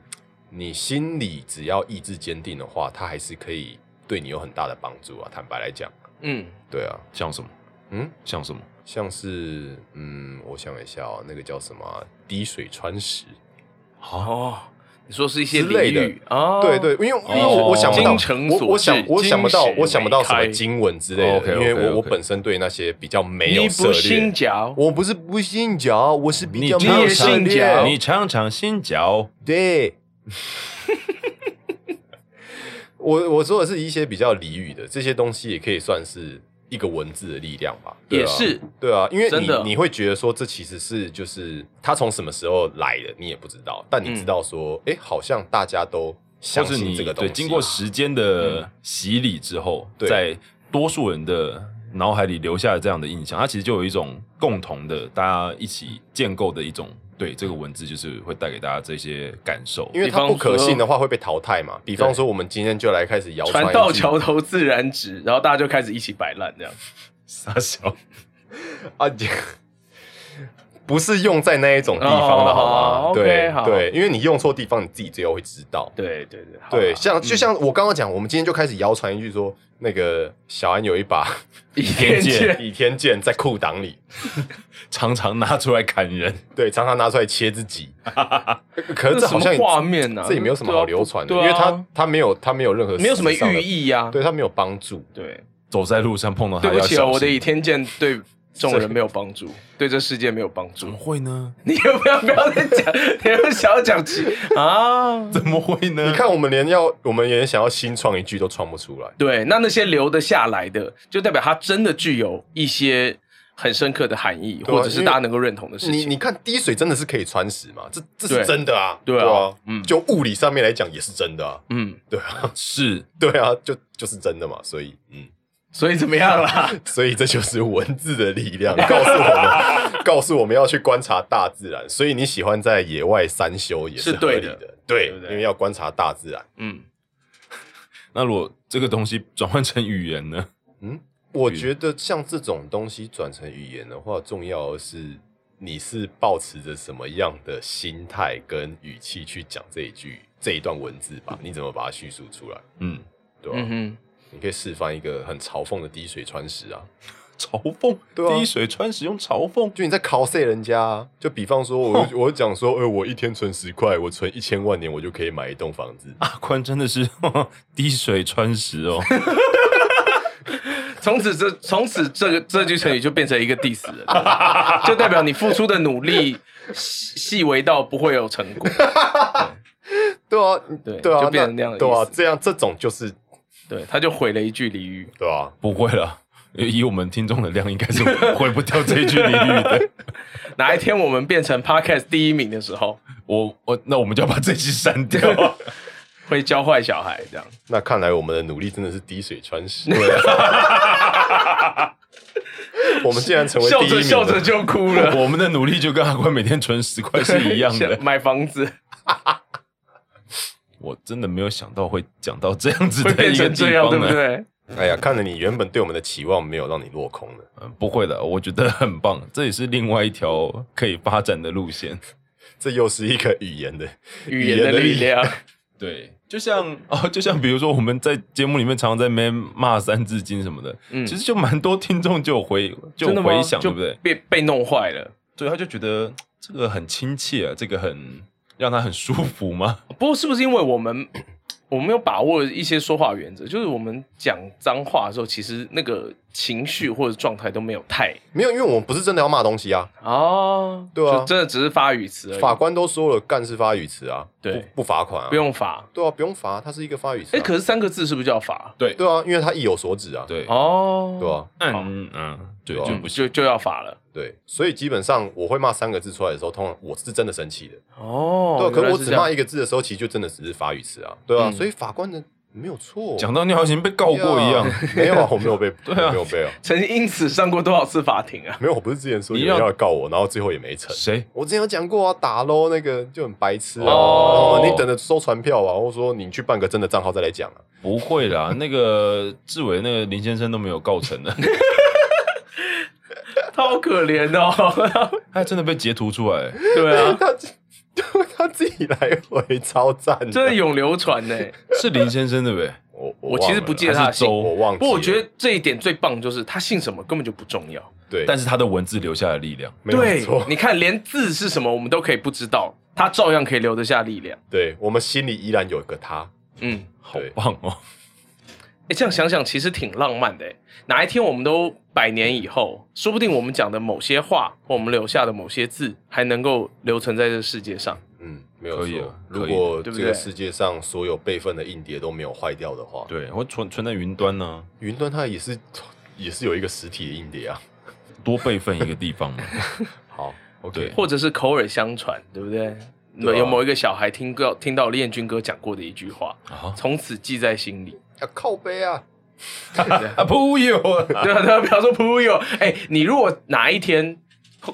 Speaker 1: 你心里只要意志坚定的话，它还是可以对你有很大的帮助啊。坦白来讲，
Speaker 2: 嗯，
Speaker 1: 对啊，
Speaker 3: 像什么？
Speaker 1: 嗯，
Speaker 3: 像什么？
Speaker 1: 像是嗯，我想一下哦，那个叫什么啊、滴水穿石。
Speaker 3: 好，
Speaker 2: 哦，你说是一些
Speaker 1: 之类的
Speaker 2: 俚语啊？
Speaker 1: 对对，因为因为我我想不到，
Speaker 2: 精诚所
Speaker 1: 我
Speaker 2: 至
Speaker 1: 我想我想不到
Speaker 2: 金石，为
Speaker 1: 我想不到什么
Speaker 2: 开
Speaker 1: 经文之类的，因
Speaker 3: OK，OK，OK
Speaker 1: 为我我本身对那些比较没有
Speaker 2: 你
Speaker 1: 涉
Speaker 2: 不信
Speaker 1: 猎。
Speaker 2: 教，
Speaker 1: 我不是不信教，我是比
Speaker 3: 你
Speaker 1: 较没有
Speaker 2: 也
Speaker 1: 涉
Speaker 2: 信
Speaker 1: 猎
Speaker 2: 教
Speaker 3: 你常常心绞，
Speaker 1: 对，我我说的是一些比较俚语的这些东西，也可以算是一个文字的力量吧。对啊
Speaker 2: 也是，
Speaker 1: 对啊，因为
Speaker 2: 真的
Speaker 1: 你你会觉得说这其实是就是它从什么时候来的，你也不知道，但你
Speaker 2: 嗯
Speaker 1: 知道说，哎、好像大家都
Speaker 3: 或
Speaker 1: 相
Speaker 3: 是
Speaker 1: 信
Speaker 3: 你
Speaker 1: 这个东
Speaker 3: 对
Speaker 1: 西，啊嗯
Speaker 3: 经过时间的洗礼之后，
Speaker 1: 对
Speaker 3: 在多数人的脑海里留下了这样的印象，它其实就有一种共同的，大家一起建构的一种对这个文字，就是会带给大家这些感受。
Speaker 1: 因为它不可信的话会被淘汰嘛。比方说，我们今天就来开始谣传一
Speaker 2: 船到
Speaker 1: 句
Speaker 2: 桥头自然直，然后大家就开始一起摆烂这样。
Speaker 3: 傻笑，
Speaker 1: 啊，你不是用在那一种地方的
Speaker 2: 哦
Speaker 1: 好吗？
Speaker 2: OK，
Speaker 1: 对
Speaker 2: 好
Speaker 1: 对，因为你用错地方，你自己最后会知道。
Speaker 2: 对对对，好嗯
Speaker 1: 对，
Speaker 2: 好
Speaker 1: 像就像我刚刚讲，我们今天就开始谣传一句说，那个小安有一把
Speaker 2: 倚天剑，
Speaker 1: 倚天剑在裤裆里，
Speaker 3: 常常拿出来砍人。
Speaker 1: 对，常常拿出来切自 己。可是这
Speaker 2: 这什
Speaker 1: 好
Speaker 2: 么
Speaker 1: 像也
Speaker 2: 画面呢？
Speaker 1: 这也没有什么好流传的，
Speaker 2: 对
Speaker 1: 因
Speaker 2: 啊
Speaker 1: 为它它没有它没有任何
Speaker 2: 没有什么啊
Speaker 1: 实质上
Speaker 2: 寓
Speaker 1: 的，
Speaker 2: 意呀。
Speaker 1: 对，它没有帮助。
Speaker 2: 对，
Speaker 3: 走在路上碰到他，
Speaker 2: 对不
Speaker 1: 啊
Speaker 2: 起哦，
Speaker 3: 要小心
Speaker 2: 我的倚天剑对众人没有帮助，对这世界没有帮
Speaker 3: 怎么
Speaker 2: 助。
Speaker 3: 会呢？
Speaker 2: 你要不要不要再讲？你要不要想要讲起啊？
Speaker 3: 怎么会呢？
Speaker 1: 你看，我们连要我们连想要新创一句都创不出来。
Speaker 2: 对，那那些留得下来的，就代表它真的具有一些很深刻的含义，
Speaker 1: 对啊
Speaker 2: 或者是大家能够认同的事
Speaker 1: 你
Speaker 2: 情。
Speaker 1: 你看滴水真的是可以穿石嘛？这这是
Speaker 2: 对
Speaker 1: 真的啊，
Speaker 2: 对啊嗯
Speaker 1: 嗯，就物理上面来讲也是真的啊，
Speaker 2: 嗯，
Speaker 1: 对啊，
Speaker 3: 是
Speaker 1: 对啊，就就是真的嘛，所以嗯。
Speaker 2: 所以怎么样啦？
Speaker 1: 所以这就是文字的力量， 告诉我们， 告诉我们要去观察大自然。所以你喜欢在野外三修也
Speaker 2: 是
Speaker 1: 合
Speaker 2: 对
Speaker 1: 理
Speaker 2: 的
Speaker 1: 的，对
Speaker 2: 对不，对
Speaker 1: 因为要观察大自然。
Speaker 2: 嗯，
Speaker 3: 那如果这个东西转换成语言呢？
Speaker 1: 嗯，我觉得像这种东西转成语言的话，重要的是你是保持着什么样的心态跟语气去讲这一句这一段文字吧？你怎么把它叙述出来？
Speaker 3: 嗯，
Speaker 1: 对吧、
Speaker 2: 嗯哼，
Speaker 1: 你可以示范一个很嘲讽的滴水穿石啊，
Speaker 3: 嘲讽，
Speaker 1: 对啊
Speaker 3: 滴水穿石用嘲讽，
Speaker 1: 就你在 cos 人家、啊，就比方 说我，我讲说，呃，我一天存十块，我存一千万年，我就可以买一栋房 子。
Speaker 3: 阿宽真的是 滴水穿石哦，
Speaker 2: 从此这从此这个这句成语就变成一个 diss 了对吧， 就代表你付出的努力细细微到不会有成果。
Speaker 1: 对啊，
Speaker 2: 对
Speaker 1: 对啊，
Speaker 2: 就变成那样的意思
Speaker 1: 对啊，这样这种就是
Speaker 2: 对，他就毁了一句俚语。
Speaker 1: 对啊，
Speaker 3: 不会了。以我们听众的量，应该是毁不掉这一句俚语 的。
Speaker 2: 哪一天我们变成 podcast 第一名的时候，
Speaker 3: 我我那我们就要把这期删 掉。
Speaker 2: 会教坏小孩这样。
Speaker 1: 那看来我们的努力真的是滴水穿 石。我们竟然成为
Speaker 2: 笑
Speaker 1: 第一
Speaker 2: 着
Speaker 1: 名，
Speaker 2: 笑着就哭了，
Speaker 3: 我们的努力就跟阿宽每天存十块是一样的。
Speaker 2: 买房子
Speaker 3: 我真的没有想到会讲到这样子
Speaker 2: 会
Speaker 3: 的
Speaker 2: 变
Speaker 3: 一个
Speaker 2: 成这
Speaker 3: 地
Speaker 2: 样，
Speaker 3: 方
Speaker 2: 对不
Speaker 3: 呢。
Speaker 2: 对？
Speaker 1: 哎呀，看来你原本对我们的期望没有让你落空了，
Speaker 3: 嗯不会的，我觉得很棒，这也是另外一条可以发展的路线。
Speaker 1: 这又是一个语言的
Speaker 2: 语言的力。量。
Speaker 3: 对，就像哦，就像比如说我们在节目里面常常在那边骂《三字经》什么的，
Speaker 2: 嗯
Speaker 3: 其实就蛮多听众就有回就
Speaker 2: 真
Speaker 3: 有
Speaker 2: 的吗
Speaker 3: 回想，
Speaker 2: 就
Speaker 3: 对不对？
Speaker 2: 被被弄坏了。
Speaker 3: 对，他就觉得这个很亲切啊，这个很让他很舒服吗？
Speaker 2: 不过是不是因为我们 我们没有把握一些说话原则？就是我们讲脏话的时候，其实那个情绪或者状态都没有太
Speaker 1: 没有，因为我们不是真的要骂东西啊。
Speaker 2: 哦，
Speaker 1: 对啊
Speaker 2: 就真的只是发语词而已，
Speaker 1: 法官都说了，干是发语词啊，
Speaker 2: 对
Speaker 1: 不不罚款啊，
Speaker 2: 不用罚。
Speaker 1: 对啊，不用罚，它是一个发语词、啊。
Speaker 2: 哎，可是三个字是不是叫罚？
Speaker 3: 对
Speaker 1: 对啊，因为它意有所指啊，
Speaker 3: 对，
Speaker 2: 哦，
Speaker 1: 对啊，
Speaker 3: 嗯嗯，对，
Speaker 1: 好
Speaker 3: 就
Speaker 2: 嗯，
Speaker 3: 不行。
Speaker 2: 就就要罚了。
Speaker 1: 对，所以基本上我会骂三个字出来的时候，通常我是真的生气的。
Speaker 2: 哦，
Speaker 1: 对啊，可
Speaker 2: 原
Speaker 1: 是
Speaker 2: 来
Speaker 1: 我
Speaker 2: 是
Speaker 1: 只
Speaker 2: 这样
Speaker 1: 骂一个字的时候，其实就真的只是法语词啊，对啊，
Speaker 2: 嗯
Speaker 1: 所以法官的没有错，
Speaker 3: 讲到你好像被告过一 样，
Speaker 1: Yeah，没有 啊，我没有 被，我没有被啊，
Speaker 2: 曾经因此上过多少次法庭啊？
Speaker 1: 没有，我不是之前说
Speaker 3: 你
Speaker 1: 有人
Speaker 3: 让
Speaker 1: 要告我，然后最后也没成。
Speaker 3: 谁？
Speaker 1: 我之前有讲过啊，打喽那个就很白痴啊，
Speaker 2: 哦
Speaker 1: 然后你等着收传票啊，或者说你去办个真的账号再来讲啊，
Speaker 3: 不会啦，那个志伟那个林先生都没有告成的，
Speaker 2: 他好可怜哦。
Speaker 3: 他还真的被截图出来。
Speaker 2: 对啊，
Speaker 1: 他自他自己来回超赞，
Speaker 2: 真的，永流传呢。
Speaker 3: 是林先生对不对？
Speaker 1: 我
Speaker 2: 我其实不记得他
Speaker 1: 他
Speaker 2: 的姓，
Speaker 1: 我忘记了，
Speaker 2: 不过我觉得这一点最棒就是他姓什么根本就不重要。
Speaker 1: 对，
Speaker 3: 但是他的文字留下了力量。
Speaker 1: 没有错，
Speaker 2: 你看连字是什么我们都可以不知道，他照样可以留得下力量。
Speaker 1: 对我们心里依然有一个他，
Speaker 2: 嗯，
Speaker 3: 好
Speaker 1: 对，
Speaker 3: 棒哦！
Speaker 2: 哎，这样想想其实挺浪漫的诶。欸哪一天我们都百年以后，说不定我们讲的某些话或我们留下的某些字，还能够留存在这世界上。
Speaker 1: 嗯，没有
Speaker 3: 可以
Speaker 1: 错
Speaker 3: 啊。
Speaker 1: 如
Speaker 3: 可以
Speaker 1: 果
Speaker 2: 对
Speaker 1: 这
Speaker 2: 不
Speaker 1: 个
Speaker 2: 对
Speaker 1: 世界上所有备份的硬碟都没有坏掉的话，
Speaker 3: 对，我存存在云端呢、
Speaker 1: 云端它也是也是有一个实体的硬碟啊。
Speaker 3: 多备份一个地 方嘛。
Speaker 1: 好
Speaker 3: 对
Speaker 1: ，OK，
Speaker 2: 或者是口耳相传，对不对？
Speaker 1: 对啊
Speaker 2: 有某一个小孩听到听到燕军哥讲过的一句话，
Speaker 3: 啊
Speaker 2: 从此记在心里。
Speaker 1: 要靠背啊，
Speaker 3: 啊，不有啊！
Speaker 2: 对啊，对啊，比方说朋友，哎、你如果哪一天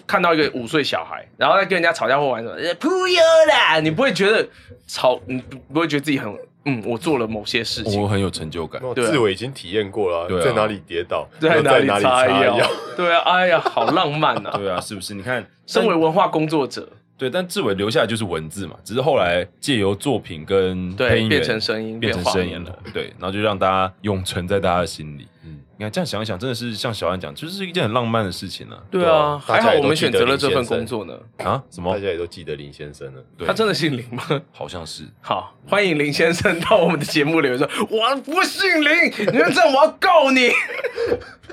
Speaker 2: 看到一个五岁小孩，然后在跟人家吵架或玩什么，呃朋友啦，你不会觉得吵，你不不会觉得自己很嗯，我做了某些事情
Speaker 3: 我，很有成就 感。
Speaker 1: 那
Speaker 2: 对啊
Speaker 1: 志伟已经体验过了
Speaker 3: 对
Speaker 1: 啊，
Speaker 3: 啊
Speaker 1: 在哪里跌倒，
Speaker 2: 在
Speaker 1: 然后
Speaker 2: 哪
Speaker 1: 在
Speaker 2: 里
Speaker 1: 哪里
Speaker 2: 插
Speaker 1: 腰，
Speaker 2: 腰？ 对啊，哎呀，好浪漫啊！
Speaker 3: 对啊，是不是？你看，
Speaker 2: 身为文化工作者，
Speaker 3: 对，但志伟留下来就是文字嘛，只是后来借由作品跟
Speaker 2: 对
Speaker 3: 配音员
Speaker 2: 变成声音
Speaker 3: 变成
Speaker 2: 变画
Speaker 3: 声
Speaker 2: 面
Speaker 3: 音
Speaker 2: 了
Speaker 3: 了，对，然后就让大家永存在大家的心里。
Speaker 1: 嗯
Speaker 3: 你看，这样想一想，真的是像小安讲，就是一件很浪漫的事情呢、
Speaker 2: 对啊，还好我们选择了这份工作呢。
Speaker 3: 啊。啊，什
Speaker 1: 大
Speaker 3: 么
Speaker 1: 家？也都记得林先生了。
Speaker 3: 对
Speaker 2: 他真的姓林吗？
Speaker 3: 好像是
Speaker 2: 好，欢迎林先生到我们的节目里面说，我不姓林，你们这样我要告你。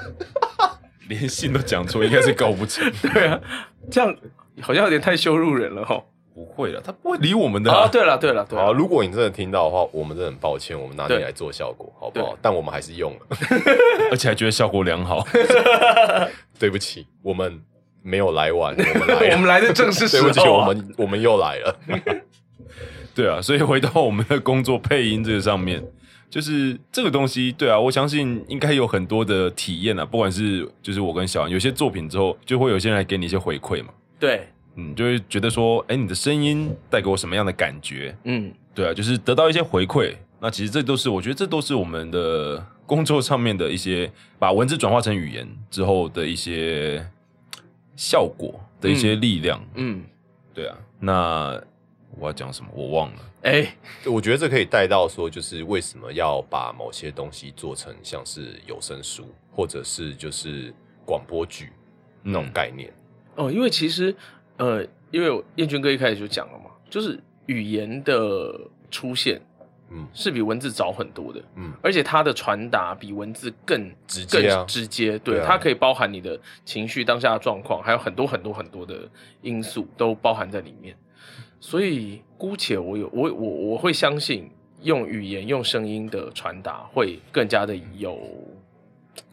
Speaker 3: 连姓都讲错，应该是搞不成。
Speaker 2: 对啊，这样好像有点太羞辱人了哦。
Speaker 3: 不会了，他不会理我们的啊、
Speaker 2: 啊，对了，对了，对
Speaker 1: 好，
Speaker 2: 了，
Speaker 1: 如果你真的听到的话，我们真的很抱歉，我们拿你
Speaker 2: 对
Speaker 1: 来做效果，好不好
Speaker 2: 对？
Speaker 1: 但我们还是用了，
Speaker 3: 而且还觉得效果良好。
Speaker 1: 对不起，我们没有来晚，我们来
Speaker 2: 我们
Speaker 1: 了，
Speaker 2: 来的正是时
Speaker 1: 对不起，
Speaker 2: 候
Speaker 1: 我
Speaker 2: 啊。
Speaker 1: 们我们又来了。
Speaker 3: 对啊，所以回到我们的工作配音这个上面，就是这个东西，对啊，我相信应该有很多的体验啊，不管是就是我跟小安有些作品之后，就会有些人来给你一些回馈嘛，
Speaker 2: 对，
Speaker 3: 嗯，就会觉得说，哎，你的声音带给我什么样的感觉？
Speaker 2: 嗯，
Speaker 3: 对啊，就是得到一些回馈。那其实这都是我觉得这都是我们的工作上面的一些把文字转化成语言之后的一些效果的一些力量。
Speaker 2: 嗯，
Speaker 3: 对啊，那我要讲什么？我忘了。
Speaker 2: 哎，
Speaker 1: 我觉得这可以带到说，就是为什么要把某些东西做成像是有声书，或者是就是广播剧那种概念。
Speaker 2: 哦，因为其实，呃，因为我燕军哥一开始就讲了嘛，就是语言的出现
Speaker 1: 嗯
Speaker 2: 是比文字早很多的，
Speaker 1: 嗯，
Speaker 2: 而且它的传达比文字更
Speaker 1: 直接啊
Speaker 2: 更直接。对，
Speaker 1: 对啊
Speaker 2: 它可以包含你的情绪、当下的状况，还有很多很多很多的因素都包含在里面。所以，姑且我有我我我会相信，用语言、用声音的传达会更加的有，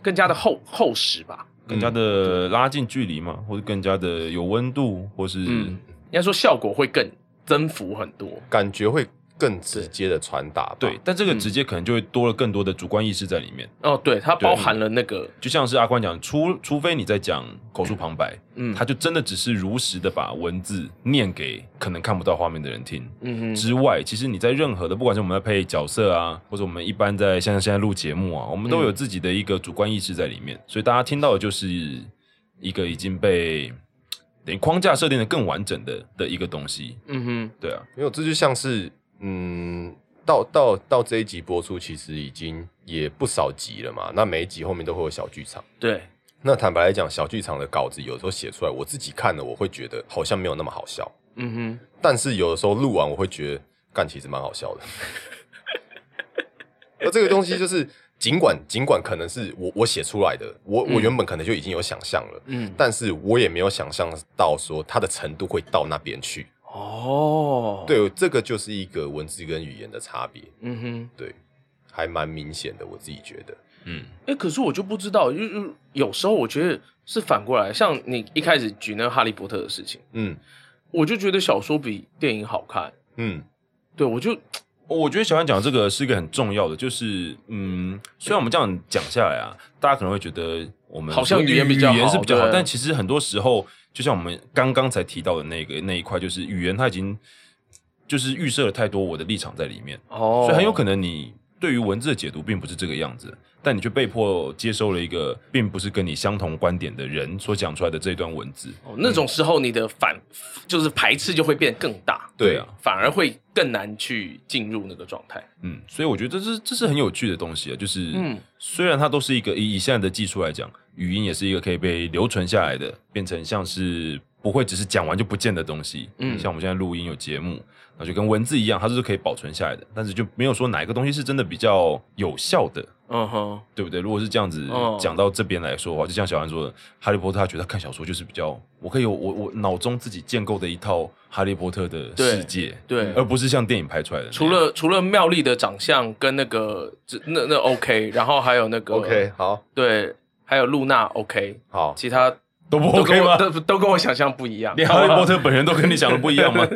Speaker 2: 更加的
Speaker 1: 嗯
Speaker 2: 厚厚实吧。
Speaker 3: 更加的拉近距离嘛，或者更加的有温度，或是、
Speaker 2: 嗯，应该说效果会更增幅很多。
Speaker 1: 感觉会更直接的传达吧。
Speaker 3: 对，但这个直接可能就会多了更多的主观意识在里面。
Speaker 2: 哦，对，它
Speaker 3: 对
Speaker 2: 包含了那个，
Speaker 3: 就像是阿宽讲，除除非你在讲口述旁白，
Speaker 2: 嗯，
Speaker 3: 他就真的只是如实的把文字念给可能看不到画面的人听。
Speaker 2: 嗯哼，
Speaker 3: 之外，其实你在任何的，不管是我们在配角色啊，或者我们一般在像现在录节目啊，我们都
Speaker 2: 嗯
Speaker 3: 有自己的一个主观意识在里面，所以大家听到的就是一个已经被等于框架设定的更完整的的一个东西。
Speaker 2: 嗯哼，
Speaker 3: 对啊，
Speaker 1: 没有，这就像是嗯，到到到这一集播出，其实已经也不少集了嘛。那每一集后面都会有小剧场。
Speaker 2: 对，
Speaker 1: 那坦白来讲，小剧场的稿子有时候写出来，我自己看了，我会觉得好像没有那么好笑，
Speaker 2: 嗯
Speaker 1: 但是有的时候录 完，我会觉得干其实蛮好笑的。那这个东西就是尽管尽管可能是我我写出来的，我我
Speaker 2: 嗯
Speaker 1: 原本可能就已经有想象了，
Speaker 2: 嗯，
Speaker 1: 但是我也没有想象到说它的程度会到那边去。
Speaker 2: 哦，，
Speaker 1: 对，这个就是一个文字跟语言的差别，
Speaker 2: 嗯哼，
Speaker 1: 对，还蛮明显的，我自己觉得。
Speaker 3: 嗯，
Speaker 2: 哎、可是我就不知道，因为因为有时候我觉得是反过来，像你一开始举那个哈利波特的事情，
Speaker 1: 嗯
Speaker 2: 我就觉得小说比电影好看，
Speaker 1: 嗯，
Speaker 2: 对我就
Speaker 3: 我觉得小安讲这个是一个很重要的，就是嗯，虽然我们这样讲下来啊，大家可能会觉得我们
Speaker 2: 好像
Speaker 3: 说
Speaker 2: 语言比较好
Speaker 3: 语言是比较好，
Speaker 2: 对啊
Speaker 3: 但其实很多时候，就像我们刚刚才提到的那个那一块，就是语言它已经就是预设了太多我的立场在里面，
Speaker 2: 哦，
Speaker 3: 所以很有可能你对于文字的解读并不是这个样子，但你却被迫接收了一个并不是跟你相同观点的人所讲出来的这一段文字。
Speaker 2: 哦那种时候你的反就是排斥就会变更大，
Speaker 1: 对
Speaker 3: 啊，
Speaker 2: 反而会更难去进入那个状态。
Speaker 3: 嗯，所以我觉得这是这是很有趣的东西啊，就是、
Speaker 2: 嗯
Speaker 3: 虽然它都是一个以以现在的技术来讲，语音也是一个可以被留存下来的，变成像是不会只是讲完就不见的东西。
Speaker 2: 嗯
Speaker 3: 嗯，像我们现在录音有节目，那就跟文字一样，它是可以保存下来的，但是就没有说哪一个东西是真的比较有效的。
Speaker 2: 嗯哼，
Speaker 3: 对不对？如果是这样子
Speaker 2: 哦
Speaker 3: 讲到这边来说的话，就像小安说的，《哈利波特》他觉得他看小说就是比较，我可以有我我脑中自己建构的一套《哈利波特》的
Speaker 2: 对
Speaker 3: 世界，
Speaker 2: 对
Speaker 3: 而不是像电影拍出来的那样。
Speaker 2: 除了除了妙丽的长相跟那个这那那 OK，然后还有那个
Speaker 1: OK，好，
Speaker 2: 对，还有露娜 OK，
Speaker 1: 好，
Speaker 2: 其他
Speaker 3: 都不
Speaker 2: 都跟
Speaker 3: OK
Speaker 2: 我
Speaker 3: 吗？
Speaker 2: 都都跟我想象不一 样。
Speaker 3: 连哈利波特本人都跟你想的不一样吗？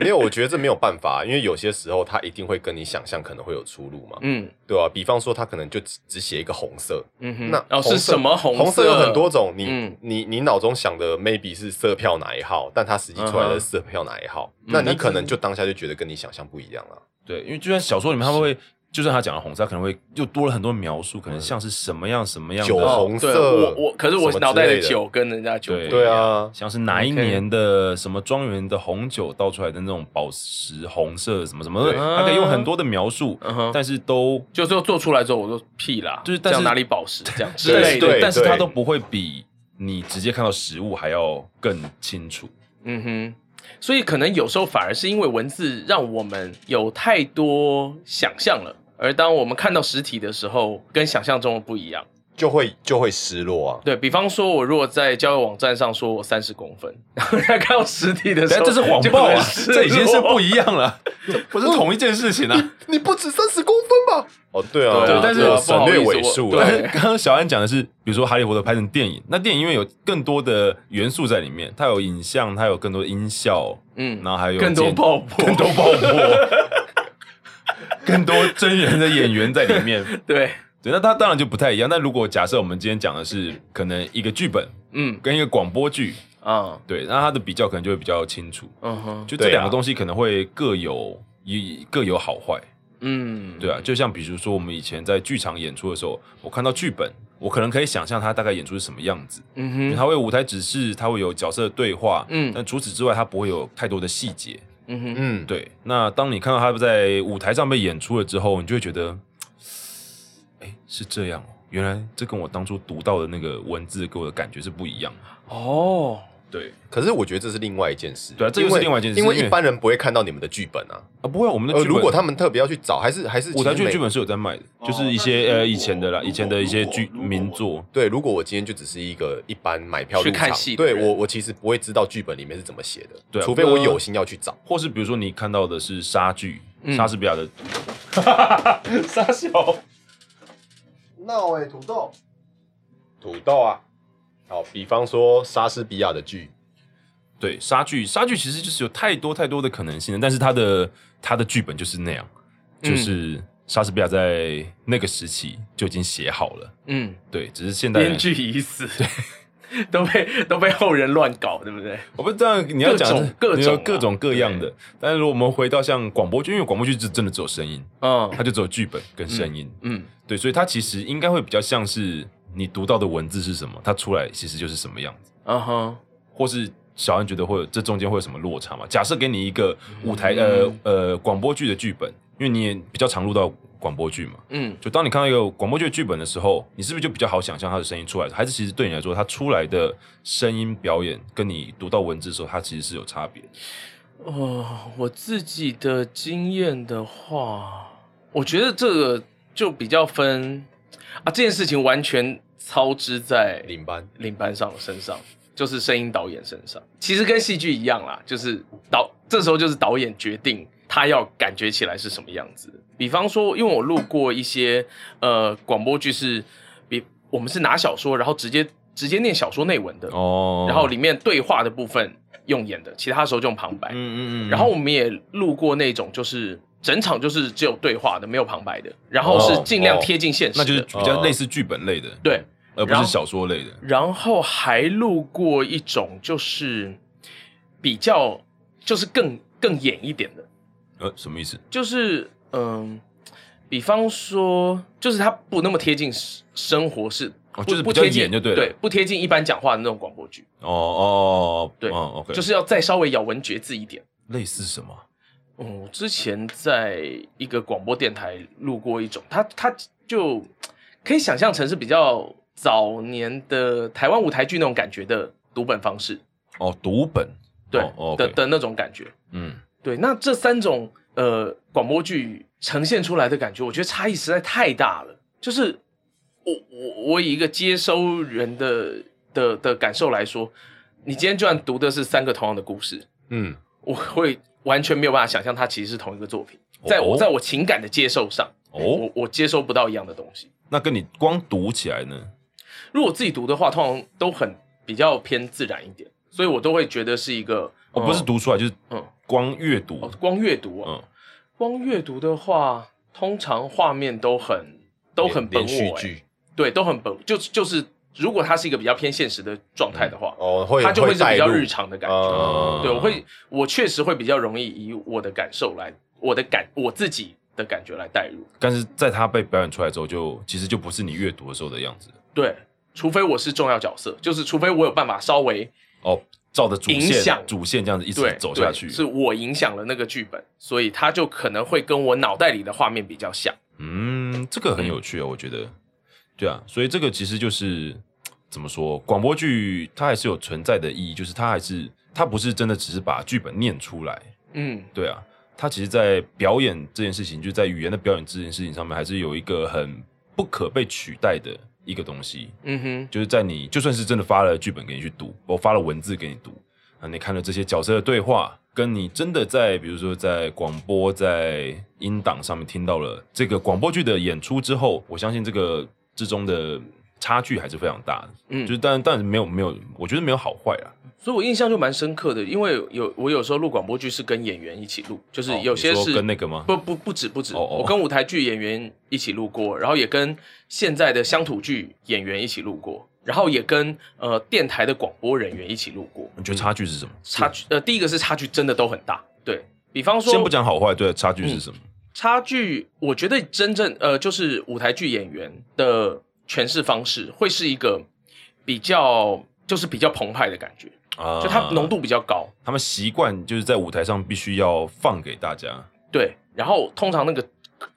Speaker 1: 没有，我觉得这没有办法，因为有些时候它一定会跟你想象可能会有出入嘛，
Speaker 2: 嗯
Speaker 1: 对吧、比方说，它可能就只只写一个红色，
Speaker 2: 嗯哼，
Speaker 1: 那
Speaker 2: 哦是什么红
Speaker 1: 红色有很多种，你、
Speaker 2: 嗯
Speaker 1: 你你脑中想的 maybe 是色票哪一号，但它实际出来
Speaker 2: 嗯
Speaker 1: 的
Speaker 2: 哼
Speaker 1: 是色票哪一号，
Speaker 2: 嗯
Speaker 1: 那
Speaker 3: 但
Speaker 1: 你
Speaker 3: 是
Speaker 1: 可能就当下就觉得跟你想象不一样了。
Speaker 3: 对，因为就算小说里面他们会，就算他讲了红色，可能会又多了很多描述，可能像是什么样什么样
Speaker 1: 酒
Speaker 3: 的，
Speaker 1: 红
Speaker 2: 哦对
Speaker 1: 色，
Speaker 2: 我我可是我
Speaker 1: 什么之
Speaker 2: 脑袋
Speaker 1: 类
Speaker 2: 的
Speaker 1: 的
Speaker 2: 酒跟人家酒不一
Speaker 3: 对
Speaker 1: 对
Speaker 2: 样
Speaker 1: 啊，
Speaker 3: 像是哪一年的什么庄园的红酒倒出来的那种宝石红色什么什么，
Speaker 1: 对
Speaker 3: 他可以用很多的描述
Speaker 2: 嗯哼，
Speaker 3: 但是都
Speaker 2: 就最后做出来之后，我说屁啦，
Speaker 3: 就是
Speaker 2: 这
Speaker 3: 但是
Speaker 2: 样哪里宝石这样之
Speaker 1: 对
Speaker 2: 类的。
Speaker 1: 对
Speaker 3: 但是它都不会比你直接看到实物还要更清楚。
Speaker 2: 嗯哼，所以可能有时候反而是因为文字让我们有太多想象了，而当我们看到实体的时候，跟想象中的不一样。
Speaker 1: 就会就会失落啊。
Speaker 2: 对比方说，我如果在交友网站上说我三十公分，然后他看到实体的时
Speaker 3: 但
Speaker 1: 哎
Speaker 2: 候，
Speaker 3: 这是谎报啊， 这已经是不
Speaker 2: 一
Speaker 3: 一样了，这不是同一件事情啊。
Speaker 1: 你不止三十公分吧？哦，对啊，
Speaker 2: 对啊
Speaker 3: 但是
Speaker 1: 我
Speaker 3: 我
Speaker 1: 省略尾数
Speaker 2: 不好意思
Speaker 1: 了。
Speaker 2: 我对
Speaker 3: 刚刚小安讲的是，比如说《哈利波特》拍成电影，那电影因为有更多的元素在里面，它有影像，它有更多的音效，
Speaker 2: 嗯
Speaker 3: 然后还有
Speaker 2: 更多
Speaker 3: 剪
Speaker 2: 爆破，
Speaker 3: 更多爆破，更多真人的演员在里 面。
Speaker 2: 对，
Speaker 3: 对，那它当然就不太一样。那如果假设我们今天讲的是可能一个剧本
Speaker 2: 嗯
Speaker 3: 跟一个广播剧，
Speaker 2: 啊
Speaker 3: 对，那它的比较可能就会比较清楚。
Speaker 2: 嗯哼，
Speaker 3: 就这两
Speaker 1: 对啊
Speaker 3: 个东西可能会各有一各有好坏。
Speaker 2: 嗯
Speaker 3: 对啊，就像比如说我们以前在剧场演出的时候，我看到剧本，我可能可以想象它大概演出是什么样子，因
Speaker 2: 嗯
Speaker 3: 为
Speaker 2: 哼
Speaker 3: 它会有舞台指示，它会有角色的对话，
Speaker 2: 嗯
Speaker 3: 嗯，但除此之外，它不会有太多的细节。
Speaker 2: 嗯哼
Speaker 1: 嗯，
Speaker 3: 对，那当你看到它在舞台上被演出了之后，你就会觉得，哎，是这样哦，原来这跟我当初读到的那个文字给我的感觉是不一样的。
Speaker 2: 哦
Speaker 3: 对
Speaker 1: 可是我觉得这是另外一件事。
Speaker 3: 对啊这个
Speaker 1: 因为
Speaker 3: 是另外一件事
Speaker 1: 因为
Speaker 3: 因
Speaker 1: 一
Speaker 3: 为
Speaker 1: 般人不会看到你们的剧本啊。
Speaker 3: 啊，不会啊，我们的
Speaker 1: 呃，
Speaker 3: 剧本、
Speaker 1: 如果他们特别要去找，还是还是
Speaker 3: 舞台
Speaker 1: 其实
Speaker 3: 剧
Speaker 1: 每
Speaker 3: 剧本是有在卖的，就
Speaker 4: 哦
Speaker 3: 是一
Speaker 4: 但是
Speaker 3: 些
Speaker 4: 如果
Speaker 3: 呃以前的啦，
Speaker 4: 如果
Speaker 3: 以前的一些
Speaker 4: 如果
Speaker 3: 剧
Speaker 4: 如果
Speaker 3: 名作。
Speaker 1: 对，如果我今天就只是一个一般买票
Speaker 2: 去
Speaker 1: 入
Speaker 2: 看
Speaker 1: 场
Speaker 2: 戏的
Speaker 1: 对
Speaker 2: 人
Speaker 1: 我我其实不会知道剧本里面是怎么写的，
Speaker 3: 对啊
Speaker 1: 除非我有心要去找。
Speaker 3: 或是比如说你看到的是莎剧，
Speaker 2: 嗯
Speaker 3: 莎士比亚 的，莎小，
Speaker 1: 那哎，土豆，土豆啊，好，比方说莎士比亚的剧，
Speaker 3: 对莎剧，莎剧其实就是有太多太多的可能性了，但是它的它的剧本就是那样，
Speaker 2: 嗯
Speaker 3: 就是莎士比亚在那个时期就已经写好了，
Speaker 2: 嗯，
Speaker 3: 对，只是现代
Speaker 2: 编
Speaker 3: 人，
Speaker 2: 剧已死， 都被都被后人乱搞，对不对？
Speaker 3: 我不知道你要讲的是
Speaker 2: 各种
Speaker 3: 你要
Speaker 2: 各种啊
Speaker 3: 各种各样的，但是如果我们回到像广播剧，因为广播剧是真的只有声音，
Speaker 2: 嗯
Speaker 3: 它就只有剧本跟声音，
Speaker 2: 嗯
Speaker 3: 对，所以它其实应该会比较像是你读到的文字是什么，它出来其实就是什么样子，
Speaker 2: 嗯哼，
Speaker 3: 或是小安觉得会有这中间会有什么落差嘛？假设给你一个舞台、
Speaker 2: 嗯
Speaker 3: 呃呃广播剧的剧本，因为你也比较常录到广播剧嘛，
Speaker 2: 嗯
Speaker 3: 就当你看到一个广播剧的剧本的时候，你是不是就比较好想象它的声音出来？还是其实对你来说，它出来的声音表演跟你读到文字的时候，它其实是有差别的？
Speaker 2: 哦，我自己的经验的话，我觉得这个就比较分啊，这件事情完全操之在
Speaker 1: 领班
Speaker 2: 领班上身上，就是声音导演身上。其实跟戏剧一样啦，就是导这时候就是导演决定他要感觉起来是什么样子。比方说，因为我录过一些呃广播剧是，比我们是拿小说，然后直接直接念小说内文的，
Speaker 3: 哦，
Speaker 2: 然后里面对话的部分用演的，其他时候就用旁白。
Speaker 3: 嗯嗯嗯，
Speaker 2: 然后我们也录过那种就是。整场就是只有对话的，没有旁白的，然后是尽量
Speaker 3: 哦
Speaker 2: 贴近现实的、
Speaker 3: 那就是比较类似剧本类的，
Speaker 2: 哦对，
Speaker 3: 而不
Speaker 2: 然
Speaker 3: 是
Speaker 2: 后
Speaker 3: 小说类的。
Speaker 2: 然后还录过一种就是比较就是更更演一点的，
Speaker 3: 呃，什么意思？
Speaker 2: 就是嗯、比方说就是它不那么贴近生生活是，
Speaker 3: 哦
Speaker 2: 不
Speaker 3: 就是
Speaker 2: 不
Speaker 3: 比较
Speaker 2: 贴近
Speaker 3: 演就对了
Speaker 2: 对，不贴近一般讲话的那种广播剧，
Speaker 3: 哦哦，
Speaker 2: 对
Speaker 3: 哦，OK，
Speaker 2: 就是要再稍微咬文嚼字一点。
Speaker 3: 类似什么？
Speaker 2: 嗯，我之前在一个广播电台录过一种，它它就可以想象成是比较早年的台湾舞台剧那种感觉的读本方式，
Speaker 3: 哦，读本，
Speaker 2: 对、
Speaker 3: 哦哦
Speaker 2: 的
Speaker 3: OK
Speaker 2: 的那种感觉。
Speaker 3: 嗯，
Speaker 2: 对，那这三种呃广播剧呈现出来的感觉，我觉得差异实在太大了。就是我我我以一个接收人的的的感受来说，你今天就算读的是三个同样的故事，
Speaker 1: 嗯，
Speaker 2: 我会完全没有办法想象它其实是同一个作品，在我
Speaker 3: 哦
Speaker 2: 在我情感的接受上，
Speaker 3: 哦，
Speaker 2: 我我接收不到一样的东西。
Speaker 3: 那跟你光读起来呢？
Speaker 2: 如果自己读的话，通常都很比较偏自然一点，所以我都会觉得是一个
Speaker 3: 哦，不是
Speaker 2: 嗯
Speaker 3: 读出来，就是
Speaker 2: 嗯
Speaker 3: 光阅读
Speaker 2: 哦，光阅读啊，
Speaker 3: 嗯，
Speaker 2: 光阅读的话，通常画面都很都很本我、
Speaker 1: 连续
Speaker 2: 欸
Speaker 1: 剧
Speaker 2: 对，都很本，就就是如果它是一个比较偏现实的状态的话，
Speaker 1: 哦，会
Speaker 2: 它就会是比较
Speaker 1: 带入
Speaker 2: 日常的感觉。
Speaker 1: 哦
Speaker 2: 对，我会，我确实会比较容易以我的感受来，我的感我自己的感觉来代入。
Speaker 3: 但是在他被表演出来之后就，其实就不是你阅读的时候的样子
Speaker 2: 对，除非我是重要角色，就是除非我有办法稍微
Speaker 3: 哦，照着主
Speaker 2: 影响
Speaker 3: 线主线这样子一
Speaker 2: 对
Speaker 3: 直走下
Speaker 2: 对
Speaker 3: 去，
Speaker 2: 是我影响了那个剧本，所以它就可能会跟我脑袋里的画面比较像。
Speaker 3: 嗯，这个很有趣啊，我觉得，对啊，所以这个其实就是怎么说，广播剧它还是有存在的意义，就是它还是它不是真的只是把剧本念出来，
Speaker 2: 嗯，
Speaker 3: 对啊，它其实在表演这件事情，就在语言的表演这件事情上面，还是有一个很不可被取代的一个东西，
Speaker 2: 嗯哼，
Speaker 3: 就是在你就算是真的发了剧本给你去读，我发了文字给你读，啊，你看了这些角色的对话，跟你真的在比如说在广播、在音档上面听到了这个广播剧的演出之后，我相信这个之中的差距还是非常大的。
Speaker 2: 嗯
Speaker 3: 就是但但是没有没有，我觉得没有好坏啊啦。
Speaker 2: 所以我印象就蛮深刻的，因为有我有时候录广播剧是跟演员一起录，就是有些
Speaker 3: 哦你
Speaker 2: 是、
Speaker 3: 说跟那个吗？
Speaker 2: 不不不止不止，
Speaker 3: 哦哦
Speaker 2: 我跟舞台剧演员一起录过，然后也跟现在的乡土剧演员一起录过，然后也跟呃电台的广播人员一起录过。
Speaker 3: 你觉得差距是什么？
Speaker 2: 差距呃，第一个是差距真的都很大，对比方说嗯
Speaker 3: 先不讲好坏，对，差距是什么？
Speaker 2: 差距，我觉得真正呃，就是舞台剧演员的诠释方式会是一个比较就是比较澎湃的感觉，
Speaker 3: 啊
Speaker 2: 就它浓度比较高。
Speaker 3: 他们习惯就是在舞台上必须要放给大家。
Speaker 2: 对，然后通常那个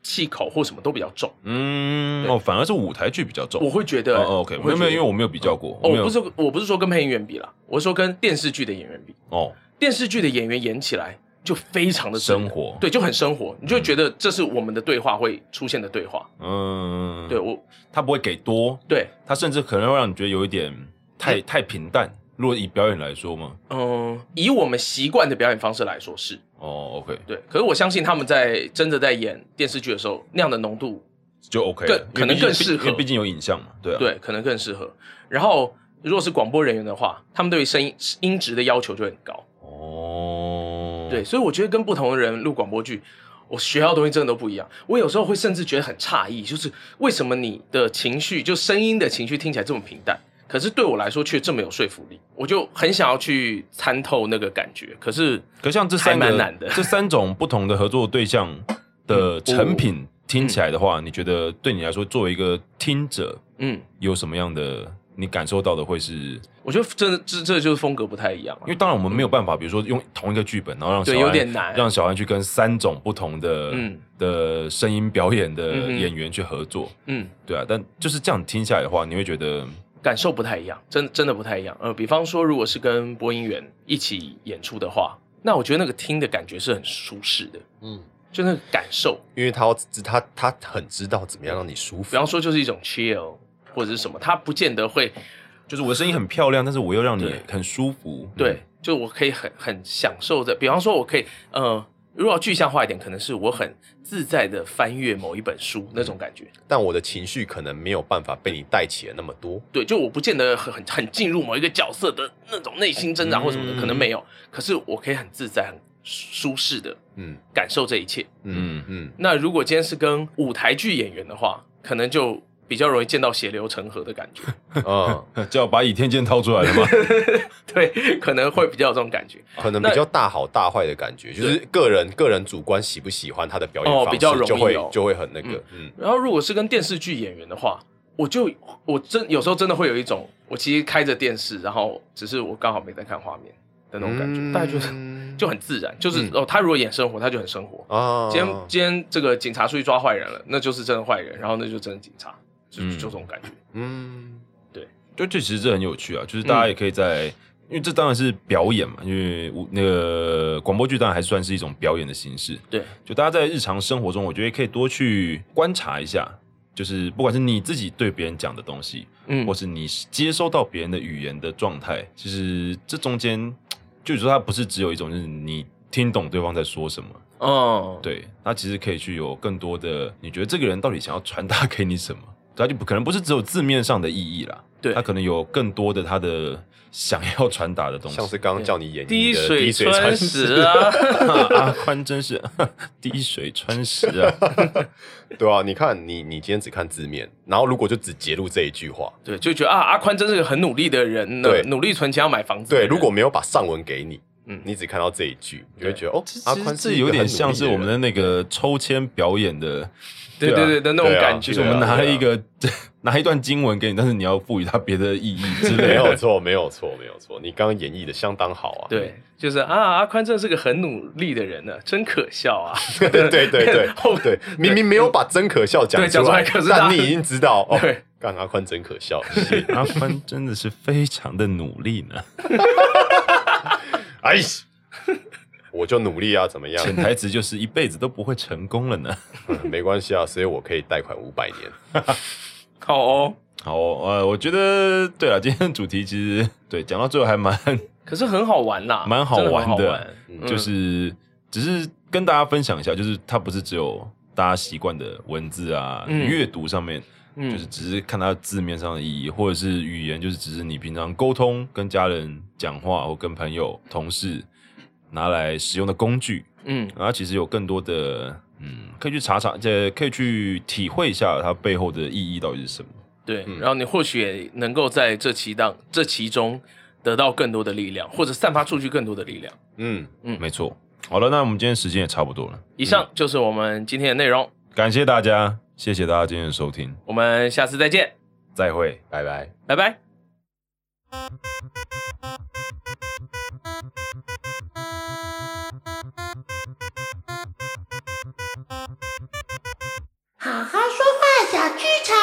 Speaker 2: 气口或什么都比较重，
Speaker 3: 嗯，
Speaker 2: 对
Speaker 3: 哦，反而是舞台剧比较重。
Speaker 2: 我会觉得、
Speaker 3: 哦哦，OK，
Speaker 2: 我
Speaker 3: 没
Speaker 2: 会
Speaker 3: 有没有，
Speaker 2: 觉
Speaker 3: 因
Speaker 2: 得
Speaker 3: 为我没有比较过，
Speaker 2: 哦，
Speaker 3: 没
Speaker 2: 我
Speaker 3: 有
Speaker 2: 不是我不是说跟配音员比啦，我是说跟电视剧的演员比，
Speaker 3: 哦，
Speaker 2: 电视剧的演员演起来就非常的自然
Speaker 3: 生活
Speaker 2: 对，就很生活，你就会觉得这是我们的对话会出现的对话，
Speaker 3: 嗯，
Speaker 2: 对，我
Speaker 3: 他不会给多，
Speaker 2: 对，
Speaker 3: 他甚至可能会让你觉得有一点太太平淡。如果以表演来说嘛，
Speaker 2: 嗯、以我们习惯的表演方式来说是
Speaker 3: 哦，OK，
Speaker 2: 对，可是我相信他们在真的在演电视剧的时候那样的浓度
Speaker 3: 就 OK，
Speaker 2: 更
Speaker 3: 了因为
Speaker 2: 可能
Speaker 3: 毕竟
Speaker 2: 更适合
Speaker 3: 因为毕竟有影像嘛，对啊，，
Speaker 2: 对，可能更适合。然后，如果是广播人员的话，他们对于声音音质的要求就很高。
Speaker 3: 哦，
Speaker 2: 对，，所以我觉得跟不同的人录广播剧，我学到的东西真的都不一样。我有时候会甚至觉得很诧异，就是为什么你的情绪，就声音的情绪听起来这么平淡，可是对我来说却这么有说服力。我就很想要去参透那个感觉。可是，
Speaker 3: 可像这三
Speaker 2: 还
Speaker 3: 个
Speaker 2: 蛮难 的嗯
Speaker 3: 这三种不同的合作对象的成
Speaker 2: 哦
Speaker 3: 品听起来的话，你觉得对你来说，作为一个听者，
Speaker 2: 嗯，
Speaker 3: 有什么样的你感受到的会是
Speaker 2: 我觉得真的这这就是风格不太一样、啊
Speaker 3: 因。为当然我们没有办法，比如说用同一个剧本，然后让小
Speaker 2: 对
Speaker 3: 安
Speaker 2: 有点难
Speaker 3: 让小安去跟三种不同的、
Speaker 2: 嗯
Speaker 3: 的声音表演的
Speaker 2: 嗯哼
Speaker 3: 演员去合作，
Speaker 2: 嗯，
Speaker 3: 对啊，但就是这样听下来的话，你会觉得
Speaker 2: 感受不太一样，真真的不太一样。呃，比方说，如果是跟播音员一起演出的话，那我觉得那个听的感觉是很舒适的。
Speaker 1: 嗯
Speaker 2: 就那个感受。
Speaker 1: 因为他要知他他很知道怎么样让你舒服。
Speaker 2: 比方说，就是一种 chill 或者是什么，它不见得会
Speaker 3: 就是我的声音很漂亮，但是我又让你
Speaker 2: 对
Speaker 3: 很舒服。
Speaker 2: 对，就我可以很很享受的。比方说，我可以呃，如果要具象化一点，可能是我很自在的翻阅某一本书那种感觉。
Speaker 1: 但我的情绪可能没有办法被你带起来那么多。
Speaker 2: 对，就我不见得很很很进入某一个角色的那种内心挣扎或什么的，
Speaker 1: 嗯
Speaker 2: 可能没有。可是我可以很自在、很舒适的
Speaker 1: 嗯
Speaker 2: 感受这一切。
Speaker 1: 嗯 嗯
Speaker 2: 那如果今天是跟舞台剧演员的话，可能就比较容易见到血流成河的感觉。
Speaker 1: 嗯，
Speaker 3: 嗯， 叫我把倚天剑掏出来了吗？
Speaker 2: 对，可能会比较有这种感觉。
Speaker 1: 可能
Speaker 2: 那
Speaker 1: 比较大好大坏的感觉，就是个人个人主观喜不喜欢他的表演
Speaker 2: 哦
Speaker 1: 方式，
Speaker 2: 比较容易
Speaker 1: 就会
Speaker 2: 哦
Speaker 1: 就会很那个。嗯
Speaker 2: 然后如果是跟电视剧演员的话，我就我真有时候真的会有一种，我其实开着电视，然后只是我刚好没在看画面的那种感觉，
Speaker 1: 嗯
Speaker 2: 大概就是 就很自然，就是、
Speaker 1: 嗯
Speaker 2: 哦，他如果演生活，他就很生活。
Speaker 1: 啊，
Speaker 2: 今天今天这个警察出去抓坏人了，那就是真的坏人，然后那就真的警察，就
Speaker 3: 嗯
Speaker 2: 就这种感觉。
Speaker 1: 嗯
Speaker 3: 就这其实这很有趣啊，就是大家也可以在，因为这当然是表演嘛，因为我那个广播剧当然还算是一种表演的形式。
Speaker 2: 对，
Speaker 3: 就大家在日常生活中，我觉得可以多去观察一下，就是不管是你自己对别人讲的东西，
Speaker 2: 嗯
Speaker 3: 或是你接收到别人的语言的状态，其实这中间，就你说它不是只有一种，就是你听懂对方在说什么，
Speaker 2: 哦，
Speaker 3: 对，它其实可以去有更多的，你觉得这个人到底想要传达给你什么？它就不可能不是只有字面上的意义啦，
Speaker 2: 对
Speaker 3: 它可能有更多的他的想要传达的东西。
Speaker 1: 像是刚刚叫你演
Speaker 2: 滴
Speaker 1: 绎的
Speaker 2: 水
Speaker 1: 水
Speaker 2: 穿石
Speaker 1: 石，
Speaker 2: 啊，
Speaker 3: 阿宽真是 滴水穿石 啊！
Speaker 1: 对啊，你看你你今天只看字面，然后如果就只截录这一句话，
Speaker 2: 对，就觉得啊，阿宽真是个很努力的人呢
Speaker 1: 对，
Speaker 2: 努力存钱要买房子的
Speaker 1: 对，
Speaker 2: 人。
Speaker 1: 如果没有把上文给你，
Speaker 2: 嗯
Speaker 1: 你只看到这一句，你就会
Speaker 2: 对
Speaker 1: 觉得哦，阿
Speaker 3: 阿
Speaker 1: 宽
Speaker 3: 宽
Speaker 1: 是
Speaker 3: 这
Speaker 1: 一个
Speaker 3: 有点
Speaker 1: 很努力
Speaker 3: 像是我们
Speaker 1: 人
Speaker 3: 的那个抽签表演的，
Speaker 2: 对
Speaker 3: 啊
Speaker 2: 对对的那种
Speaker 1: 对啊
Speaker 2: 感觉
Speaker 3: 就
Speaker 2: 啊，
Speaker 3: 是我们拿了一
Speaker 1: 对
Speaker 3: 个 拿一段经文给你，但是你要赋予它别的意义之
Speaker 1: 没
Speaker 3: 类
Speaker 1: 有
Speaker 3: 的。
Speaker 1: 错，没有错，没有错，你刚刚演绎的相当好啊！
Speaker 2: 对，就是啊，阿宽真是个很努力的人呢，真可笑 啊！
Speaker 1: 对 对对对
Speaker 2: 后
Speaker 1: 对，明明没有把真可笑讲
Speaker 2: 对讲出来可是大
Speaker 1: 但
Speaker 2: 家
Speaker 1: 你已经知道哦
Speaker 2: 对，
Speaker 1: 干阿宽真可笑，是
Speaker 3: 阿啊宽真的是非常的努力呢，
Speaker 1: 哎，我就努力啊，怎么样？
Speaker 3: 潜台词就是一辈子都不会成功了呢。
Speaker 1: 嗯 没关系啊，所以我可以贷款五百年。
Speaker 2: 好哦，
Speaker 3: 好、哦，呃，我觉得对啊了，今天的主题其实对讲到最后还蛮，
Speaker 2: 可是很好玩啦，
Speaker 3: 蛮好玩的
Speaker 2: 真很好玩
Speaker 1: 嗯
Speaker 2: 嗯
Speaker 3: 就是、只是跟大家分享一下，就是它不是只有大家习惯的文字啊、
Speaker 2: 嗯
Speaker 3: 阅读上面，
Speaker 2: 嗯
Speaker 3: 就是只是看它字面上的意义，或者是语言，就是只是你平常沟通、跟家人讲话或跟朋友、同事拿来使用的工具。
Speaker 2: 嗯
Speaker 3: 然后其实有更多的，嗯，可以去查查，这可以去体会一下它背后的意义到底是什么。
Speaker 2: 对
Speaker 1: 嗯，
Speaker 2: 然后你或许也能够在这其当这其中得到更多的力量，或者散发出去更多的力量。
Speaker 1: 嗯，
Speaker 3: 没错。好了，那我们今天时间也差不多了，
Speaker 2: 以上就是我们今天的内容，
Speaker 3: 感谢大家，谢谢大家今天的收听，
Speaker 2: 我们下次再见，
Speaker 3: 再会。
Speaker 1: 拜拜。
Speaker 2: 拜拜。
Speaker 5: 好好说话小剧场。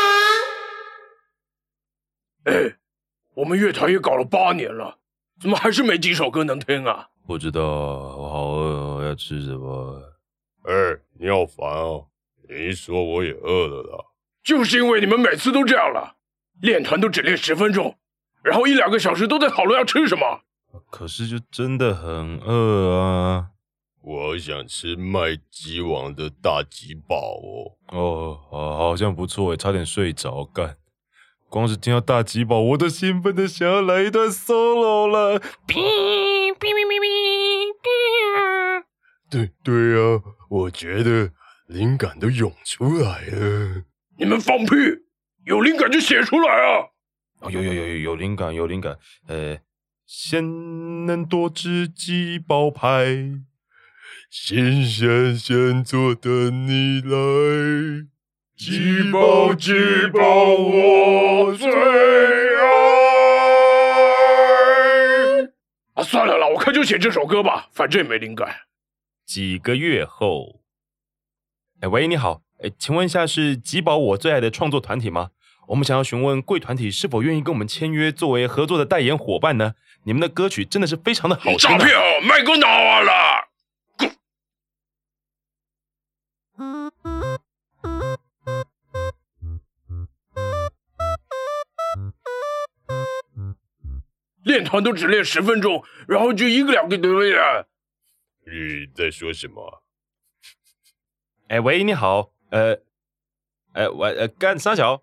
Speaker 2: 我们乐团也搞了八年了，怎么还是没几首歌能听啊？
Speaker 3: 不知道，我好饿，哦我要吃什么？
Speaker 1: 哎、你好烦哦！你一说我也饿了啦。
Speaker 2: 就是因为你们每次都这样了，练团都只练十分钟，然后一两个小时都在讨论要吃什么。
Speaker 3: 可是就真的很饿啊！
Speaker 1: 我想吃麦鸡王的大鸡堡哦。
Speaker 3: 哦，好，好像不错诶，欸差点睡着。干，光是听到大吉宝，我都兴奋的想要来一段 solo 了。啊
Speaker 1: 对对啊，我觉得灵感都涌出来了。
Speaker 2: 你们放屁！有灵感就写出来啊！
Speaker 3: 哦，有有有有有灵感，有灵感。呃，先能多吃鸡包派。
Speaker 1: 新鲜现做的你来，
Speaker 3: 鸡包鸡包我最
Speaker 1: 爱。
Speaker 2: 啊，算了啦，我看就写这首歌吧，反正也没灵感。
Speaker 3: 几个月后，哎喂，你好，哎，请问一下是吉宝我最爱的创作团体吗？我们想要询问贵团体是否愿意跟我们签约作为合作的代言伙伴呢？你们的歌曲真的是非常的好听、啊。
Speaker 2: 诈骗哦，卖给脑啊啦！练团都只练十分钟，然后就一个两个得了。
Speaker 1: 你在说什么？啊
Speaker 3: 哎、喂，你好，呃，哎、我呃干三小，